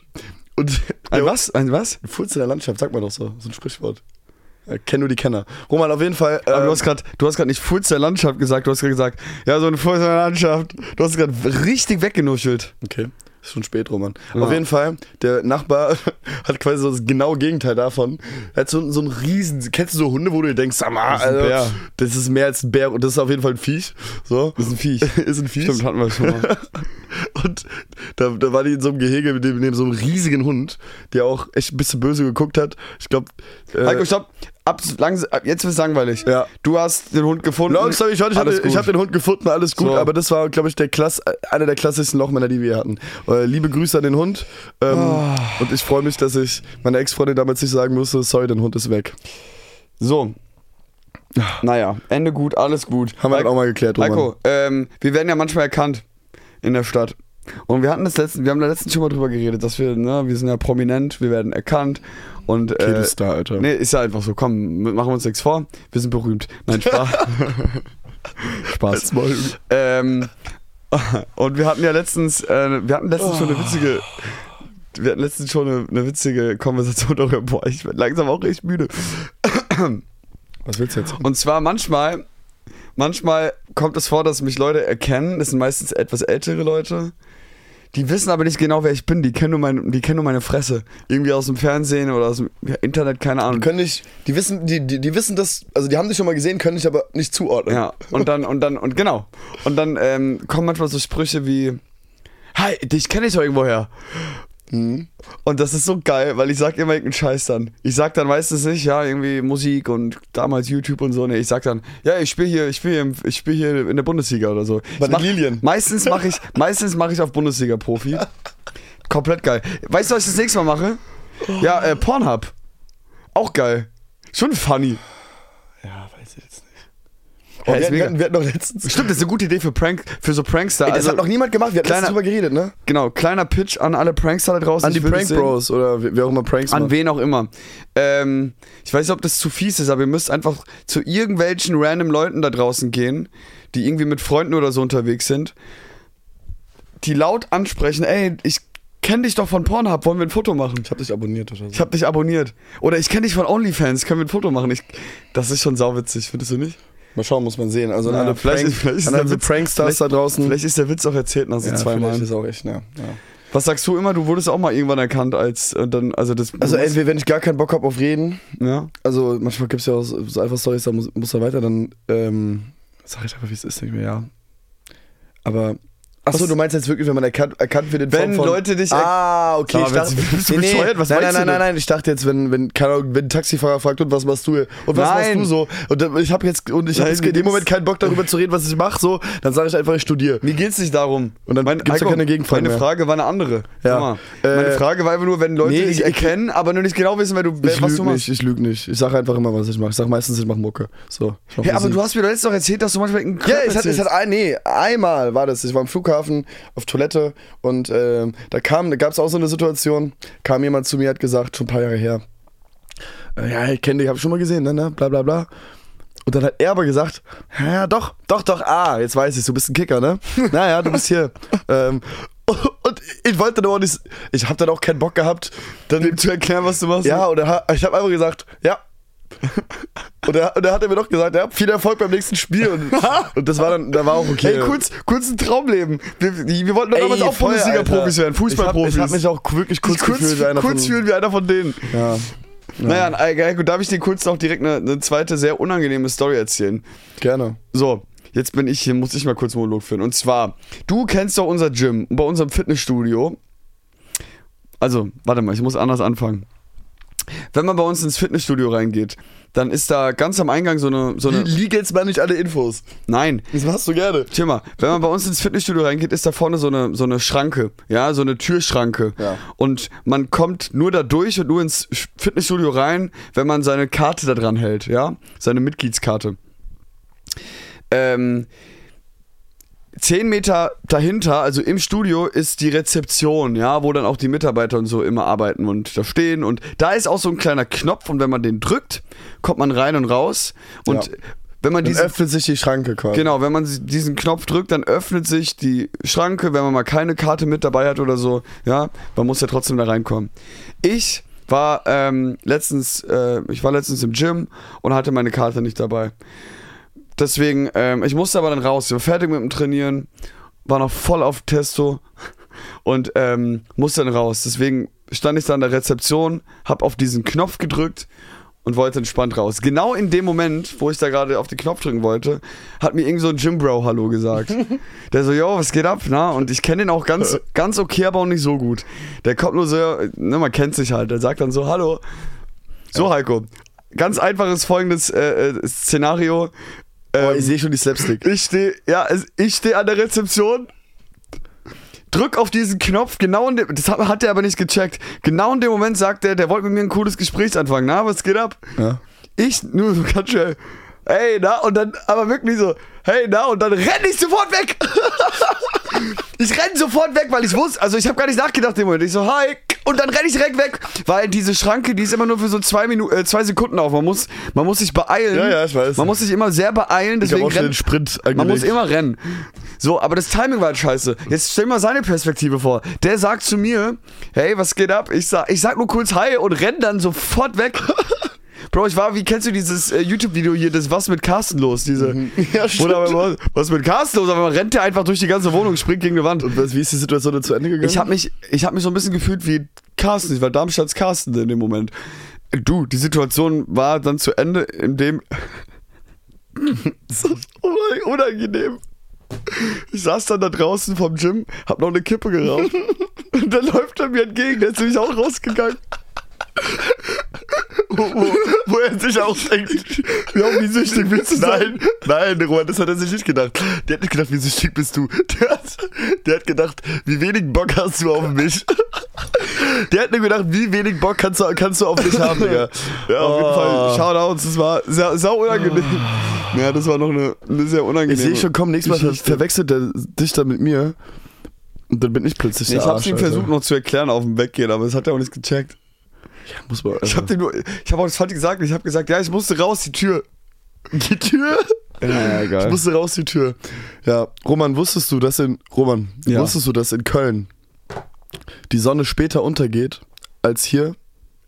B: Und
A: Ein
B: der
A: was? Ein was?
B: Ein Furz in der Landschaft, sagt man doch so. So ein Sprichwort. Äh, Kennen nur die Kenner. Roman, auf jeden Fall.
A: Aber
B: äh,
A: du hast gerade, du hast gerade nicht Furz der Landschaft gesagt, du hast gerade gesagt, ja, so ein Furz der Landschaft. Du hast gerade richtig weggenuschelt.
B: Okay. Ist schon spät, Roman.
A: Ja.
B: Auf jeden Fall, der Nachbar hat quasi so das genaue Gegenteil davon. Er hat so, so einen riesen, kennst du so Hunde, wo du dir denkst, sag mal,
A: Das ist ein
B: also,
A: Bär.
B: das ist mehr als ein Bär und das ist auf jeden Fall ein Viech. So.
A: Das ist ein Viech.
B: ist ein Viech.
A: Stimmt, hatten wir schon mal.
B: Und da, da war die in so einem Gehege mit, dem, neben so einem riesigen Hund, der auch echt ein bisschen böse geguckt hat. Ich glaube,
A: Heiko,
B: äh,
A: stopp. Ab, langs ab, jetzt wird's langweilig.
B: Ja.
A: Du hast den Hund gefunden.
B: Long story short, ich,
A: Alles
B: hatte, ich
A: gut.
B: habe den Hund gefunden, alles gut,
A: So.
B: aber das war, glaube ich, der Klass, einer der klassischsten Lochmänner, die wir hatten. Äh, liebe Grüße an den Hund. Ähm,
A: Ah.
B: Und ich freue mich, dass ich meiner Ex-Freundin damals nicht sagen musste, sorry, dein Hund ist weg.
A: So. Naja, Ende gut, alles gut.
B: Haben wir halt auch mal geklärt, Roman.
A: Heiko, ähm, wir werden ja manchmal erkannt in der Stadt. Und wir hatten das letzten, wir haben da letztens schon mal drüber geredet, dass wir, ne, wir sind ja prominent, wir werden erkannt und
B: Okay,
A: äh,
B: das ist da, Alter.
A: Nee, ist ja einfach so. Komm, machen wir uns nichts vor. Wir sind berühmt. Nein, Spaß. Spaß.
B: Halt's Maul.
A: Ähm, und wir hatten ja letztens, äh, wir hatten letztens schon eine
B: Oh.
A: witzige, wir hatten letztens schon eine, eine witzige Konversation darüber. Boah, ich werde langsam auch echt müde.
B: Was willst du jetzt?
A: Und zwar manchmal, manchmal kommt es vor, dass mich Leute erkennen. Das sind meistens etwas ältere Leute. Die wissen aber nicht genau, wer ich bin. Die kennen nur, mein, die kennen nur meine Fresse. Irgendwie aus dem Fernsehen oder aus dem Internet, keine Ahnung.
B: Können nicht, die wissen, die, die, die wissen das, also die haben dich schon mal gesehen, können dich aber nicht zuordnen.
A: Ja, und dann, und dann, und genau. Und dann ähm, kommen manchmal so Sprüche wie: Hi, dich kenne ich doch irgendwoher.
B: Mhm.
A: Und das ist so geil, weil ich sag immer irgendeinen Scheiß dann. Ich sag dann meistens nicht, ja, irgendwie Musik und damals YouTube und so. Nee, ich sag dann, ja, ich spiele hier, ich spiele hier, im- ich spiel hier in der Bundesliga oder so.
B: Bei
A: Ich
B: den Lilien.
A: Meistens mache ich, meistens mache ich auf Bundesliga-Profi. Komplett geil. Weißt du, was ich das nächste Mal mache? Ja, äh, Pornhub. Auch geil. Schon funny.
B: Ja, weiß ich jetzt nicht.
A: Ja,
B: Oh,
A: ist
B: wir, hatten,
A: mega.
B: wir, hatten, wir hatten noch letztens.
A: Stimmt, das ist eine gute Idee für Prank, für so Prankster.
B: Ey, das
A: Also-
B: hat noch niemand gemacht, wir hatten
A: Kleiner-
B: letztens drüber geredet, ne?
A: Genau, kleiner Pitch an alle Prankster da draußen.
B: An die
A: Ich will es
B: Prank Bros oder wer wer auch immer Pranks
A: sehen. An
B: macht.
A: wen auch immer. Ähm, ich weiß nicht, ob das zu fies ist, aber ihr müsst einfach zu irgendwelchen random Leuten da draußen gehen, die irgendwie mit Freunden oder so unterwegs sind, die laut ansprechen, ey, ich kenne dich doch von Pornhub, wollen wir ein Foto machen?
B: Ich hab dich abonniert oder so.
A: Ich hab dich abonniert. Oder ich kenne dich von OnlyFans, können wir ein Foto machen? Ich, das ist schon sauwitzig, findest du nicht?
B: Mal schauen, muss man sehen. Also an
A: Ja,
B: alle,
A: vielleicht
B: Prank,
A: ist- vielleicht ist
B: an
A: der
B: alle
A: Witz-
B: Prankstars da draußen.
A: Vielleicht ist der Witz auch erzählt nach so
B: Hm. ja,
A: zwei
B: vielleicht
A: Mal.
B: ist auch echt, ne? Ja.
A: Was sagst du immer? Du wurdest auch mal irgendwann erkannt als und dann, also das.
B: Also entweder wenn ich gar keinen Bock hab auf Reden,
A: ja.
B: also manchmal gibt's ja auch so so einfach Storys, da muss, muss er weiter, dann ähm, sag ich einfach, wie es ist, denke ich mir, ja. Aber. Achso,
A: Was-
B: du meinst jetzt wirklich, wenn man erkannt, erkannt wird in
A: Wenn
B: Form von...
A: Leute dich erk-
B: Ah, okay.
A: Sag mal, bist
B: ich
A: du-
B: dachte,
A: bist du bescheuert? Was
B: nein,
A: meinst
B: nein,
A: du
B: nein, nein, ich dachte jetzt, wenn, wenn, keine Ahnung, wenn ein Taxifahrer fragt, und was machst du hier? Und was
A: Nein.
B: machst du so? Und dann- ich habe jetzt, und ich habe
A: Nein,
B: jetzt in dem
A: gibt's-
B: Moment keinen Bock darüber zu reden, was ich mache, so, dann sage ich einfach, ich studiere.
A: Mir geht's nicht darum.
B: Und dann gibt's doch keine Gegenfrage
A: Meine
B: mehr.
A: Frage war eine andere.
B: Ja.
A: Guck Mal, meine
B: Äh,
A: Frage war einfach nur, wenn Leute
B: nee,
A: dich
B: ich-
A: erkennen, aber nur nicht genau wissen, wer du, wer,
B: Ich
A: was du
B: lüge
A: machst.
B: nicht, ich lüge nicht. Ich sage einfach immer, was ich mache. Ich sage meistens, ich mache Mucke. So. Ich mach
A: Hey, aber
B: Musik.
A: du hast mir doch letztens noch erzählt, dass du manchmal einen
B: Ja, es hat, es hat ein, nee, einmal war das. Ich war am Flughafen auf Toilette und ähm, da kam, da gab es auch so eine Situation, kam jemand zu mir, hat gesagt, schon ein paar Jahre her, äh, ja, ich kenne dich, hab schon mal gesehen, ne, ne, bla bla bla. Und dann hat er aber gesagt, ja, ja, doch, doch, doch, ah, jetzt weiß ich, du bist ein Kicker, ne? Naja, du bist hier. ähm, und ich wollte dann auch nicht, ich hab dann auch keinen Bock gehabt, dann
A: zu erklären, was du machst.
B: ja, oder ha- ich habe einfach gesagt, ja, Und da, und da hat er mir doch gesagt, ja, viel Erfolg beim nächsten Spiel. Und, und das war dann, da war auch okay.
A: Ey, kurz, kurz ein Traumleben. Wir, wir wollten doch
B: Ey,
A: damals auch
B: voll,
A: Bundesliga-Profis
B: Alter.
A: werden, Fußballprofis.
B: Ich hab, ich hab mich auch wirklich kurz,
A: kurz,
B: gefühlt. wie einer
A: kurz
B: von,
A: fühlen wir einer von denen.
B: ja.
A: Naja, na, gut, darf ich dir kurz noch direkt eine, eine zweite, sehr unangenehme Story erzählen?
B: Gerne.
A: So, jetzt bin ich hier, muss ich mal kurz Monolog führen. Und zwar, du kennst doch unser Gym bei unserem Fitnessstudio. Also, warte mal, ich muss anders anfangen. Wenn man bei uns ins Fitnessstudio reingeht, dann ist da ganz am Eingang so eine. So eine
B: Lieg jetzt mal nicht alle Infos.
A: nein,
B: Das machst du gerne.
A: Tja mal, wenn man bei uns ins Fitnessstudio reingeht, ist da vorne so eine, so eine Schranke, ja, so eine Türschranke.
B: Ja.
A: Und man kommt nur da durch und nur ins Fitnessstudio rein, wenn man seine Karte da dran hält, ja, seine Mitgliedskarte. Ähm, zehn Meter dahinter, also im Studio, ist die Rezeption, ja, wo dann auch die Mitarbeiter und so immer arbeiten und da stehen. Und da ist auch so ein kleiner Knopf und wenn man den drückt, kommt man rein und raus. Und
B: Ja.
A: wenn man
B: Dann
A: diesen
B: öffnet sich die Schranke quasi.
A: Genau, wenn man si- diesen Knopf drückt, dann öffnet sich die Schranke, wenn man mal keine Karte mit dabei hat oder so. Ja, man muss ja trotzdem da reinkommen. Ich war ähm, letztens, äh, ich war letztens im Gym und hatte meine Karte nicht dabei. Deswegen, ähm, ich musste aber dann raus. Ich war fertig mit dem Trainieren, war noch voll auf Testo und ähm, musste dann raus. Deswegen stand ich da an der Rezeption, hab auf diesen Knopf gedrückt und wollte entspannt raus. Genau in dem Moment, wo ich da gerade auf den Knopf drücken wollte, hat mir irgend so ein Jim Bro Hallo gesagt. der so, yo, was geht ab? Na, und ich kenne den auch ganz, ganz okay, aber auch nicht so gut. Der kommt nur so, ne, man kennt sich halt. Der sagt dann so, hallo. So, Heiko. Ganz einfaches folgendes äh, äh, Szenario.
B: Oh,
A: Ähm,
B: ich sehe schon die Slapstick.
A: ich stehe, ja, es- ich stehe an der Rezeption. Drück auf diesen Knopf, genau in dem, das hat, hat er aber nicht gecheckt. Genau in dem Moment sagt er, der wollte mit mir ein cooles Gespräch anfangen. Na, was geht ab?
B: Ja.
A: Ich nur so ganz schnell, hey, na, und dann, aber wirklich so, hey, na, und dann renne ich sofort weg. ich renne sofort weg, weil ich wusste, also ich habe gar nicht nachgedacht im Moment. Ich so, hi, und dann renne ich direkt weg, weil diese Schranke, die ist immer nur für so zwei, Minu äh, zwei Sekunden auf. Man muss, man muss sich beeilen.
B: Ja, ja, ich weiß.
A: Man muss sich immer sehr beeilen,
B: Ich habe
A: deswegen
B: auch schon den
A: rennt,
B: Sprint angelegt.
A: man muss immer rennen. So, aber das Timing war halt scheiße. Jetzt stell dir mal seine Perspektive vor. Der sagt zu mir, hey, was geht ab? Ich sag, ich sag nur kurz Hi und renn dann sofort weg. Bro, ich war, wie kennst du dieses äh, YouTube-Video hier, das Was mit Carsten los? Diese,
B: Mhm. Ja, stimmt.
A: Oder was, was mit Carsten los? Aber man rennt ja einfach durch die ganze Wohnung, springt gegen die Wand.
B: Und was, wie ist die Situation denn zu Ende gegangen?
A: Ich habe mich, ich hab mich so ein bisschen gefühlt wie Carsten. Ich war Darmstadts Carsten in dem Moment. Du, die Situation war dann zu Ende, in dem. so unang- unangenehm. Ich saß dann da draußen vom Gym, hab noch eine Kippe geraucht. Und dann läuft er mir entgegen, der ist nämlich auch rausgegangen.
B: wo, wo, wo er sich auch denkt,
A: Ja, wie süchtig willst du sein?
B: nein, nein, Roman, das hat er sich nicht gedacht. Der hat nicht gedacht, wie süchtig bist du. Der hat, der hat gedacht, wie wenig Bock hast du auf mich. Der hat nur gedacht, wie wenig Bock kannst du, kannst du auf mich haben, Digga.
A: Ja, auf jeden
B: Oh.
A: Fall. Shoutouts, das war sehr, sehr unangenehm. Ja, das war noch eine, eine sehr unangenehme.
B: Ich sehe schon, komm, nächstes Mal ver
A: Geschichte.
B: verwechselt er dich dann mit mir. Und dann bin ich plötzlich
A: Nee,
B: der
A: ich hab's ihm
B: Arsch, Alter.
A: versucht noch zu erklären auf dem Weggehen, aber es hat er auch nicht gecheckt.
B: Muss man,
A: Ich hab dem nur, ich hab auch das falsch gesagt, ich hab gesagt, ja, ich musste raus, die Tür.
B: die Tür.
A: Ja, egal.
B: Ich musste raus die Tür. Ja, Roman, wusstest du, dass in Roman,
A: Ja.
B: wusstest du, dass in Köln die Sonne später untergeht als hier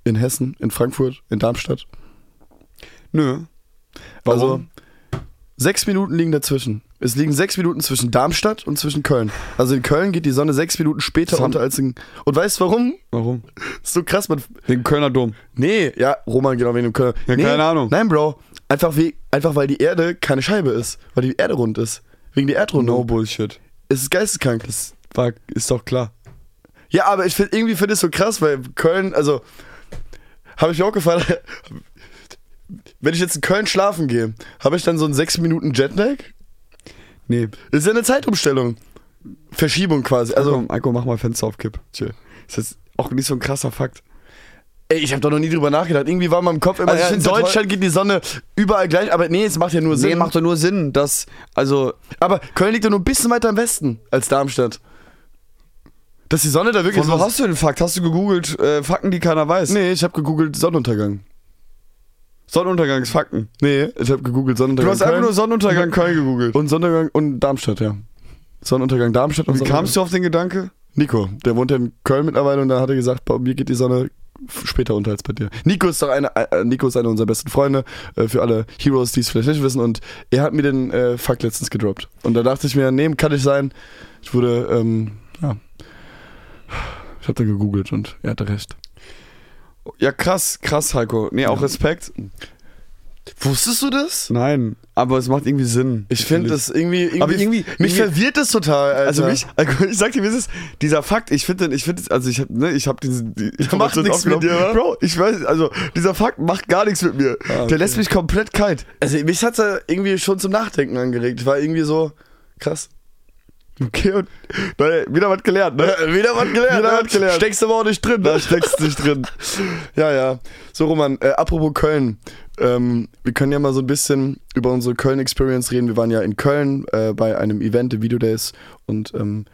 B: in Hessen, in Frankfurt, in Darmstadt?
A: Nö.
B: Also
A: Warum?
B: sechs Minuten liegen dazwischen. Es liegen sechs Minuten zwischen Darmstadt und zwischen Köln. Also in Köln geht die Sonne sechs Minuten später
A: Das haben-
B: unter als in. Und weißt du warum?
A: Warum?
B: Ist so krass, man.
A: Wegen Kölner Dom.
B: Nee, ja, Roman, genau wegen dem Köln.
A: Ja,
B: nee,
A: keine Ahnung.
B: Nein, Bro. Einfach, wie, einfach weil die Erde keine Scheibe ist. Weil die Erde rund ist. Wegen der Erdrunde.
A: No bullshit.
B: Es ist geisteskrank.
A: War, ist doch klar.
B: Ja, aber ich find, irgendwie finde ich es so krass, weil Köln, also habe ich mir auch gefallen, wenn ich jetzt in Köln schlafen gehe, habe ich dann so einen 6 Minuten Jetlag?
A: Nee.
B: Ist ja eine Zeitumstellung. Verschiebung quasi.
A: Also,
B: Also,
A: Alko, mach mal Fenster auf Kipp. Chill. Ist jetzt auch nicht so ein krasser Fakt.
B: ey, ich habe da noch nie drüber nachgedacht. Irgendwie war in meinem Kopf immer,
A: Also ich
B: ja, in
A: find's ja
B: Deutschland geht die Sonne überall gleich, aber nee, es macht ja nur Sinn.
A: doch nur Sinn, dass, also,
B: aber Köln liegt ja nur ein bisschen weiter im Westen als Darmstadt. Dass die Sonne da wirklich
A: Von wo
B: so...
A: hast du den Fakt? Hast du gegoogelt, äh, Fakten, die keiner weiß?
B: Nee, ich habe gegoogelt Sonnenuntergang.
A: Sonnenuntergangsfakten.
B: Nee, ich habe gegoogelt Sonnenuntergang.
A: Du hast einfach
B: Köln.
A: nur Sonnenuntergang Köln gegoogelt.
B: Und Sonnenuntergang und Darmstadt, ja. Sonnenuntergang Darmstadt und
A: Wie kamst du auf den Gedanke?
B: Nico, der wohnt ja in Köln mittlerweile und dann hat er gesagt, bei mir geht die Sonne f- später unter als bei dir. Nico ist doch eine, äh, Nico ist einer unserer besten Freunde, äh, für alle Heroes, die es vielleicht nicht wissen. Und er hat mir den äh, Fuck letztens gedroppt. Und da dachte ich mir, nee, kann nicht sein. Ich wurde, ähm, ja. Ich habe dann gegoogelt und er hatte recht.
A: Ja, krass, krass, Heiko. Nee, auch Respekt.
B: Wusstest du das?
A: Nein, aber es macht irgendwie Sinn.
B: Ich finde das irgendwie, irgendwie.
A: Aber irgendwie-
B: Mich
A: irgendwie-
B: verwirrt das total, Alter.
A: Also mich, also ich sag dir, wie es ist, dieser Fakt, ich finde, ich finde, also ich habe, ne, ich habe diesen, die, ich
B: macht nichts mit dir, wa?
A: Bro, ich weiß, also dieser Fakt macht gar nichts mit mir.
B: Ah, okay.
A: Der lässt mich komplett kalt.
B: Also mich hat er irgendwie schon zum Nachdenken angeregt. War irgendwie so krass.
A: Okay, und naja, wieder was gelernt, ne?
B: Wieder was gelernt.
A: Wieder
B: ne?
A: was gelernt.
B: Steckst du aber auch nicht drin. ne?
A: Da steckst du dich drin.
B: Ja, ja. So, Roman, äh, apropos Köln. Ähm, wir können ja mal so ein bisschen über unsere Köln-Experience reden. Wir waren ja in Köln äh, bei einem Event, der Video Days. Und ähm,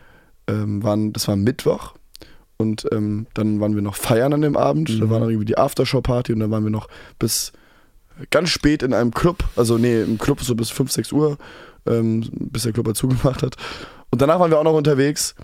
B: ähm, waren, das war Mittwoch. Und ähm, dann waren wir noch feiern an dem Abend. Da war noch irgendwie die Aftershow-Party. Und dann waren wir noch bis ganz spät in einem Club. Also, nee, im Club so bis 5, 6 Uhr. Ähm, bis der Club halt zugemacht hat. Und danach waren wir auch noch unterwegs.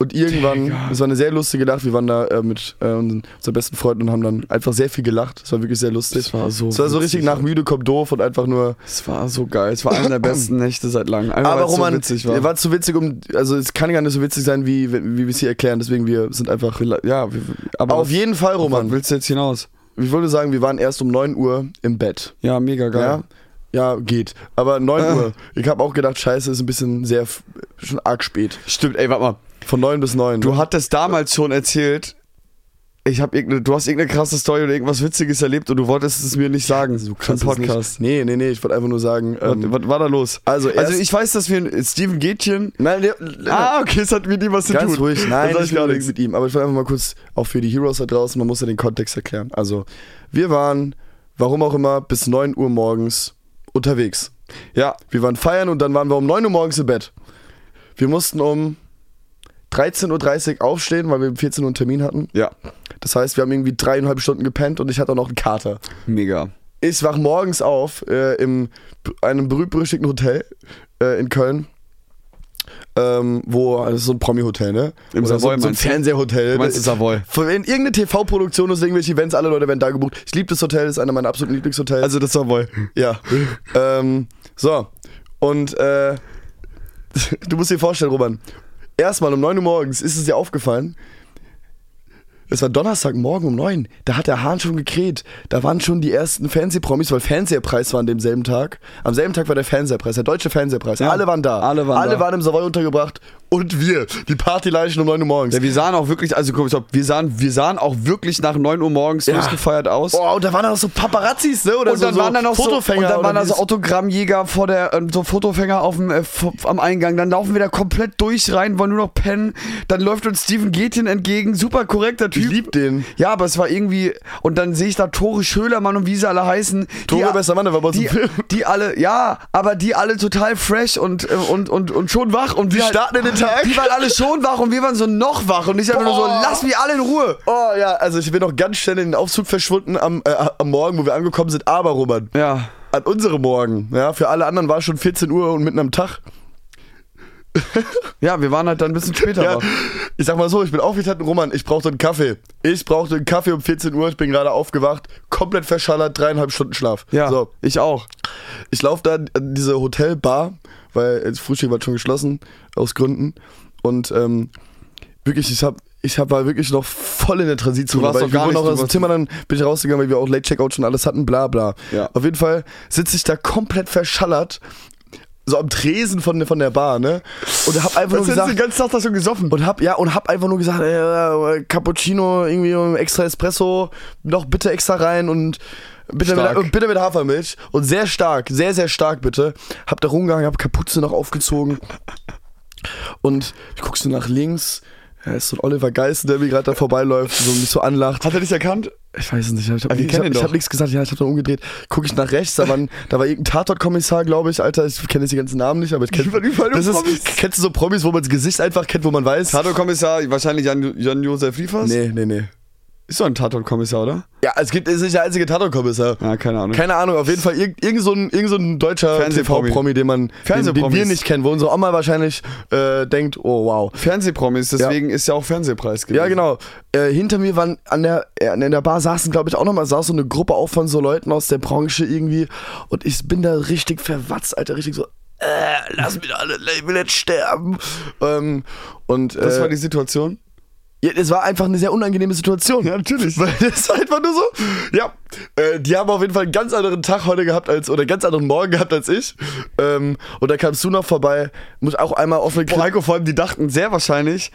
B: Und irgendwann, es war eine sehr lustige Nacht, wir waren da äh, mit äh, unseren unseren besten Freunden und haben dann einfach sehr viel gelacht. Es war wirklich sehr lustig.
A: Das war so
B: Es war so richtig
A: witzig,
B: nach müde, kommt doof und einfach nur.
A: Es war so geil. Es war eine der besten Nächte seit langem. Einfach,
B: Aber
A: weil's
B: Roman,
A: so witzig war.
B: war zu witzig, um. Also es kann gar nicht so witzig sein, wie, wie wir es hier erklären, deswegen wir sind einfach.
A: ja, wir- aber
B: Aber auf jeden Fall,
A: Roman,
B: Roman.
A: willst du jetzt hinaus?
B: Ich würde sagen, wir waren erst um 9 Uhr im Bett.
A: Ja, mega geil.
B: Ja? Ja, geht. Aber 9
A: Ah.
B: Uhr. Ich habe auch gedacht, scheiße, ist ein bisschen sehr. f- schon arg spät.
A: Stimmt, ey, warte mal.
B: Von 9 bis 9.
A: Du hattest damals schon erzählt, ich hab irgendeine, du hast irgendeine krasse Story oder irgendwas Witziges erlebt und du wolltest es mir nicht sagen.
B: so
A: im
B: krass.
A: Podcast. Äh,
B: Nee, nee, nee, ich wollte einfach nur sagen. ähm,
A: was, was war da los?
B: Also, erst,
A: Also ich weiß, dass wir Steven Gätchen.
B: nein, nee,
A: Ah, okay, es hat mit ihm was zu
B: ganz
A: tun.
B: ruhig, nein,
A: das
B: ich
A: ich gar
B: will
A: nichts.
B: mit ihm. Aber ich will einfach mal kurz auch für die Heroes da draußen, man muss ja den Kontext erklären. Also, wir waren, warum auch immer, bis 9 Uhr morgens unterwegs.
A: Ja,
B: Wir waren feiern und dann waren wir um 9 Uhr morgens im Bett. Wir mussten um 13.30 Uhr aufstehen, weil wir um 14 Uhr einen Termin hatten.
A: ja,
B: Das heißt, wir haben irgendwie dreieinhalb Stunden gepennt und ich hatte auch noch einen Kater.
A: mega.
B: ich wach morgens auf äh, in einem berühmt-berüchtigten Hotel äh, in Köln. Ähm, wo, das ist so ein Promi-Hotel, ne?
A: Im
B: Oder
A: Savoy
B: so, so ein
A: meinst du?
B: Fernsehhotel.
A: Du meinst das Savoy?
B: Von in irgendeine TV-Produktion ist irgendwelche Events, alle Leute werden da gebucht. Ich liebe das Hotel, das ist einer meiner absoluten Lieblingshotels.
A: Also das war wohl.
B: ja. ähm, so. Und äh, du musst dir vorstellen, Roman, erstmal um 9 Uhr morgens ist es dir aufgefallen, es war Donnerstagmorgen um 9. Da hat der Hahn schon gekräht. Da waren schon die ersten Fernsehpromis, weil Fernsehpreis war an demselben Tag. Am selben Tag war der Fernsehpreis, der deutsche Fernsehpreis.
A: Ja,
B: alle waren da.
A: alle waren
B: alle
A: da.
B: waren im Savoy untergebracht. Und wir, die Partyleichen um 9 Uhr morgens.
A: Ja, wir sahen auch wirklich, also guck, stopp, wir sahen, wir sahen auch wirklich nach 9 Uhr morgens losgefeiert aus.
B: Oh, und da waren dann auch so Paparazzis, ne? Oder
A: und
B: so,
A: dann
B: so
A: waren da noch
B: Fotofänger.
A: so, und dann
B: oder
A: waren da
B: wie
A: so
B: das-
A: Autogrammjäger vor der ähm, so Fotofänger auf dem äh, vor- am Eingang. Dann laufen wir da komplett durch rein, wollen nur noch pennen. Dann läuft uns Steven Gätchen entgegen, super korrekter Typ.
B: Ich lieb den.
A: Ja, aber es war irgendwie und dann sehe ich da Tore Schölermann und wie sie alle heißen.
B: Tore
A: die,
B: bester Mann, der war bei uns im
A: die,
B: Film.
A: die alle, ja, aber die alle total fresh und äh, und und und schon wach und wir halt-
B: Die starten in den Tag.
A: Die waren alle schon wach und wir waren so noch wach und ich einfach nur so,
B: Boah.
A: lass mich alle in Ruhe.
B: Oh ja, also ich bin noch ganz schnell in den Aufzug verschwunden am, äh, am Morgen, wo wir angekommen sind. Aber Robert,
A: Ja.
B: an unserem Morgen, ja, für alle anderen war es schon 14 Uhr und mitten am Tag.
A: Ja, wir waren halt dann ein bisschen später
B: Ja,
A: wach.
B: ich sag mal so, ich bin aufgetan, Roman, ich brauchte einen Kaffee. Ich brauchte einen Kaffee um 14 Uhr, ich bin gerade aufgewacht, komplett verschallert, dreieinhalb Stunden Schlaf.
A: Ja,
B: So,
A: ich auch.
B: ich laufe da an diese Hotelbar, weil äh, das Frühstück war schon geschlossen, aus Gründen. Und ähm, wirklich, ich hab, ich hab, war wirklich noch voll in der Transitzone.
A: Du warst
B: weil
A: doch
B: ich
A: gar
B: wurde
A: nicht-
B: noch
A: du
B: aus dem
A: warst-
B: Zimmer, dann bin ich rausgegangen, weil wir auch Late Checkout schon alles hatten, bla bla.
A: Ja.
B: Auf jeden Fall sitze ich da komplett verschallert, so am Tresen von, von der Bar, ne? Und hab einfach nur gesagt, Oh,
A: ganzen Tag da schon gesoffen?
B: und hab, ja, und hab einfach nur gesagt, äh, Cappuccino, irgendwie um extra Espresso, noch bitte extra rein und bitte mit,
A: Stark.
B: und bitte mit Hafermilch. Und sehr stark, sehr, sehr stark bitte. Hab da rumgehangen, hab Kapuze noch aufgezogen. Und ich guck so nach links. Da ist so ein Oliver Geissen, der mir gerade da vorbeiläuft, so mich so anlacht.
A: Hat er dich erkannt?
B: Ich weiß es nicht. Ich hab,
A: Aber wir
B: ich
A: kennen
B: hab,
A: ihn
B: ich hab
A: doch.
B: nichts gesagt. Ja, ich hab dann umgedreht. Guck ich nach rechts. Da, waren, da war irgendein Tatort-Kommissar, glaube ich. Alter, ich kenne jetzt die ganzen Namen nicht, aber ich kenne.
A: Überall- überall nur
B: Das
A: Promis.
B: ist, kennst du so Promis, wo man das Gesicht einfach kennt, wo man weiß?
A: Tato-Kommissar, wahrscheinlich Jan- Jan-Josef Liefers?
B: Nee, nee, nee.
A: Ist doch ein Tatort-Kommissar, oder?
B: Ja, es gibt, ist nicht der einzige Tatort-Kommissar.
A: Ja, keine Ahnung.
B: Keine Ahnung, auf jeden Fall irgend, irgend, so, ein, irgend so ein deutscher
A: Fernsehpromi.
B: TV-Promi, den man den, den
A: Fernsehpromis.
B: wir nicht kennen, wo unsere Oma wahrscheinlich äh, denkt, oh wow.
A: Fernsehpromis, deswegen ist ja auch Fernsehpreis gewesen.
B: Ja, genau. Äh, hinter mir waren an der, äh, an der Bar saßen, glaube ich, auch nochmal saß so eine Gruppe auch von so Leuten aus der Branche irgendwie. Und ich bin da richtig verwatzt, Alter, richtig so, äh, lass mich alle, ich will jetzt sterben. Ähm, und äh,
A: Das war die Situation?
B: ja, es war einfach eine sehr unangenehme Situation.
A: natürlich.
B: Weil das ist einfach nur so. Ja, äh, die haben auf jeden Fall einen ganz anderen Tag heute gehabt als, oder einen ganz anderen Morgen gehabt als ich. Ähm, und da kamst du noch vorbei, muss auch einmal offene
A: Boah,
B: Kri-
A: Heiko, vor allem, die dachten sehr wahrscheinlich,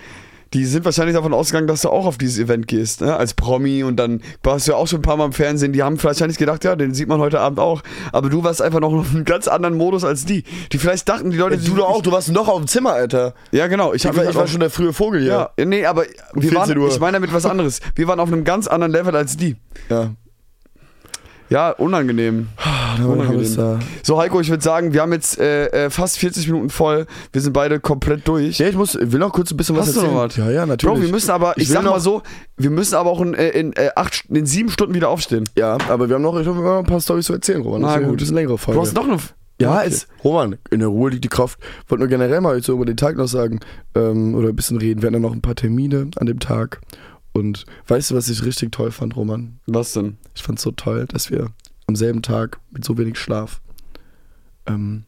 A: die sind wahrscheinlich davon ausgegangen, dass du auch auf dieses Event gehst, ne? als Promi und dann warst du ja auch schon ein paar Mal im Fernsehen. Die haben vielleicht nicht gedacht, ja, den sieht man heute Abend auch. Aber du warst einfach noch auf einem ganz anderen Modus als die. Die vielleicht dachten, die Leute.
B: Du
A: die-
B: doch auch, du warst noch auf dem Zimmer, Alter.
A: Ja, genau. also Ich,
B: Ich,
A: hab mich
B: war, ich
A: halt
B: war
A: auch-
B: schon der frühe Vogel hier.
A: Ja, Um nee, aber wir
B: 14
A: waren,
B: Uhr.
A: ich meine damit was anderes. Wir waren auf einem ganz anderen Level als die. Ah,
B: ja.
A: Ja, unangenehm.
B: Unangenehm.
A: unangenehm. So, Heiko, ich würde sagen, wir haben jetzt äh, äh, fast 40 Minuten voll. Wir sind beide komplett durch.
B: Ja, ich muss, ich will noch kurz ein bisschen was
A: Hast du
B: erzählen.
A: noch was?
B: Ja, ja, natürlich.
A: Bro, wir müssen aber, ich,
B: will
A: sag mal
B: noch-
A: so, wir müssen aber auch in, äh, in, äh, acht, St- in sieben Stunden wieder aufstehen.
B: ja, aber wir haben noch, ich hab noch ein paar Storys zu erzählen, Roman.
A: Na
B: Deswegen
A: gut.
B: ein bisschen längere Folge.
A: Du hast noch eine. F-
B: Ja,
A: Okay.
B: es, Roman, in der Ruhe liegt die Kraft. Wollte nur generell mal so über den Tag noch sagen ähm, oder ein bisschen reden. Wir hatten ja noch ein paar Termine an dem Tag. Und weißt du, was ich richtig toll fand, Roman?
A: Was denn?
B: Ich fand es so toll, dass wir am selben Tag mit so wenig Schlaf ähm,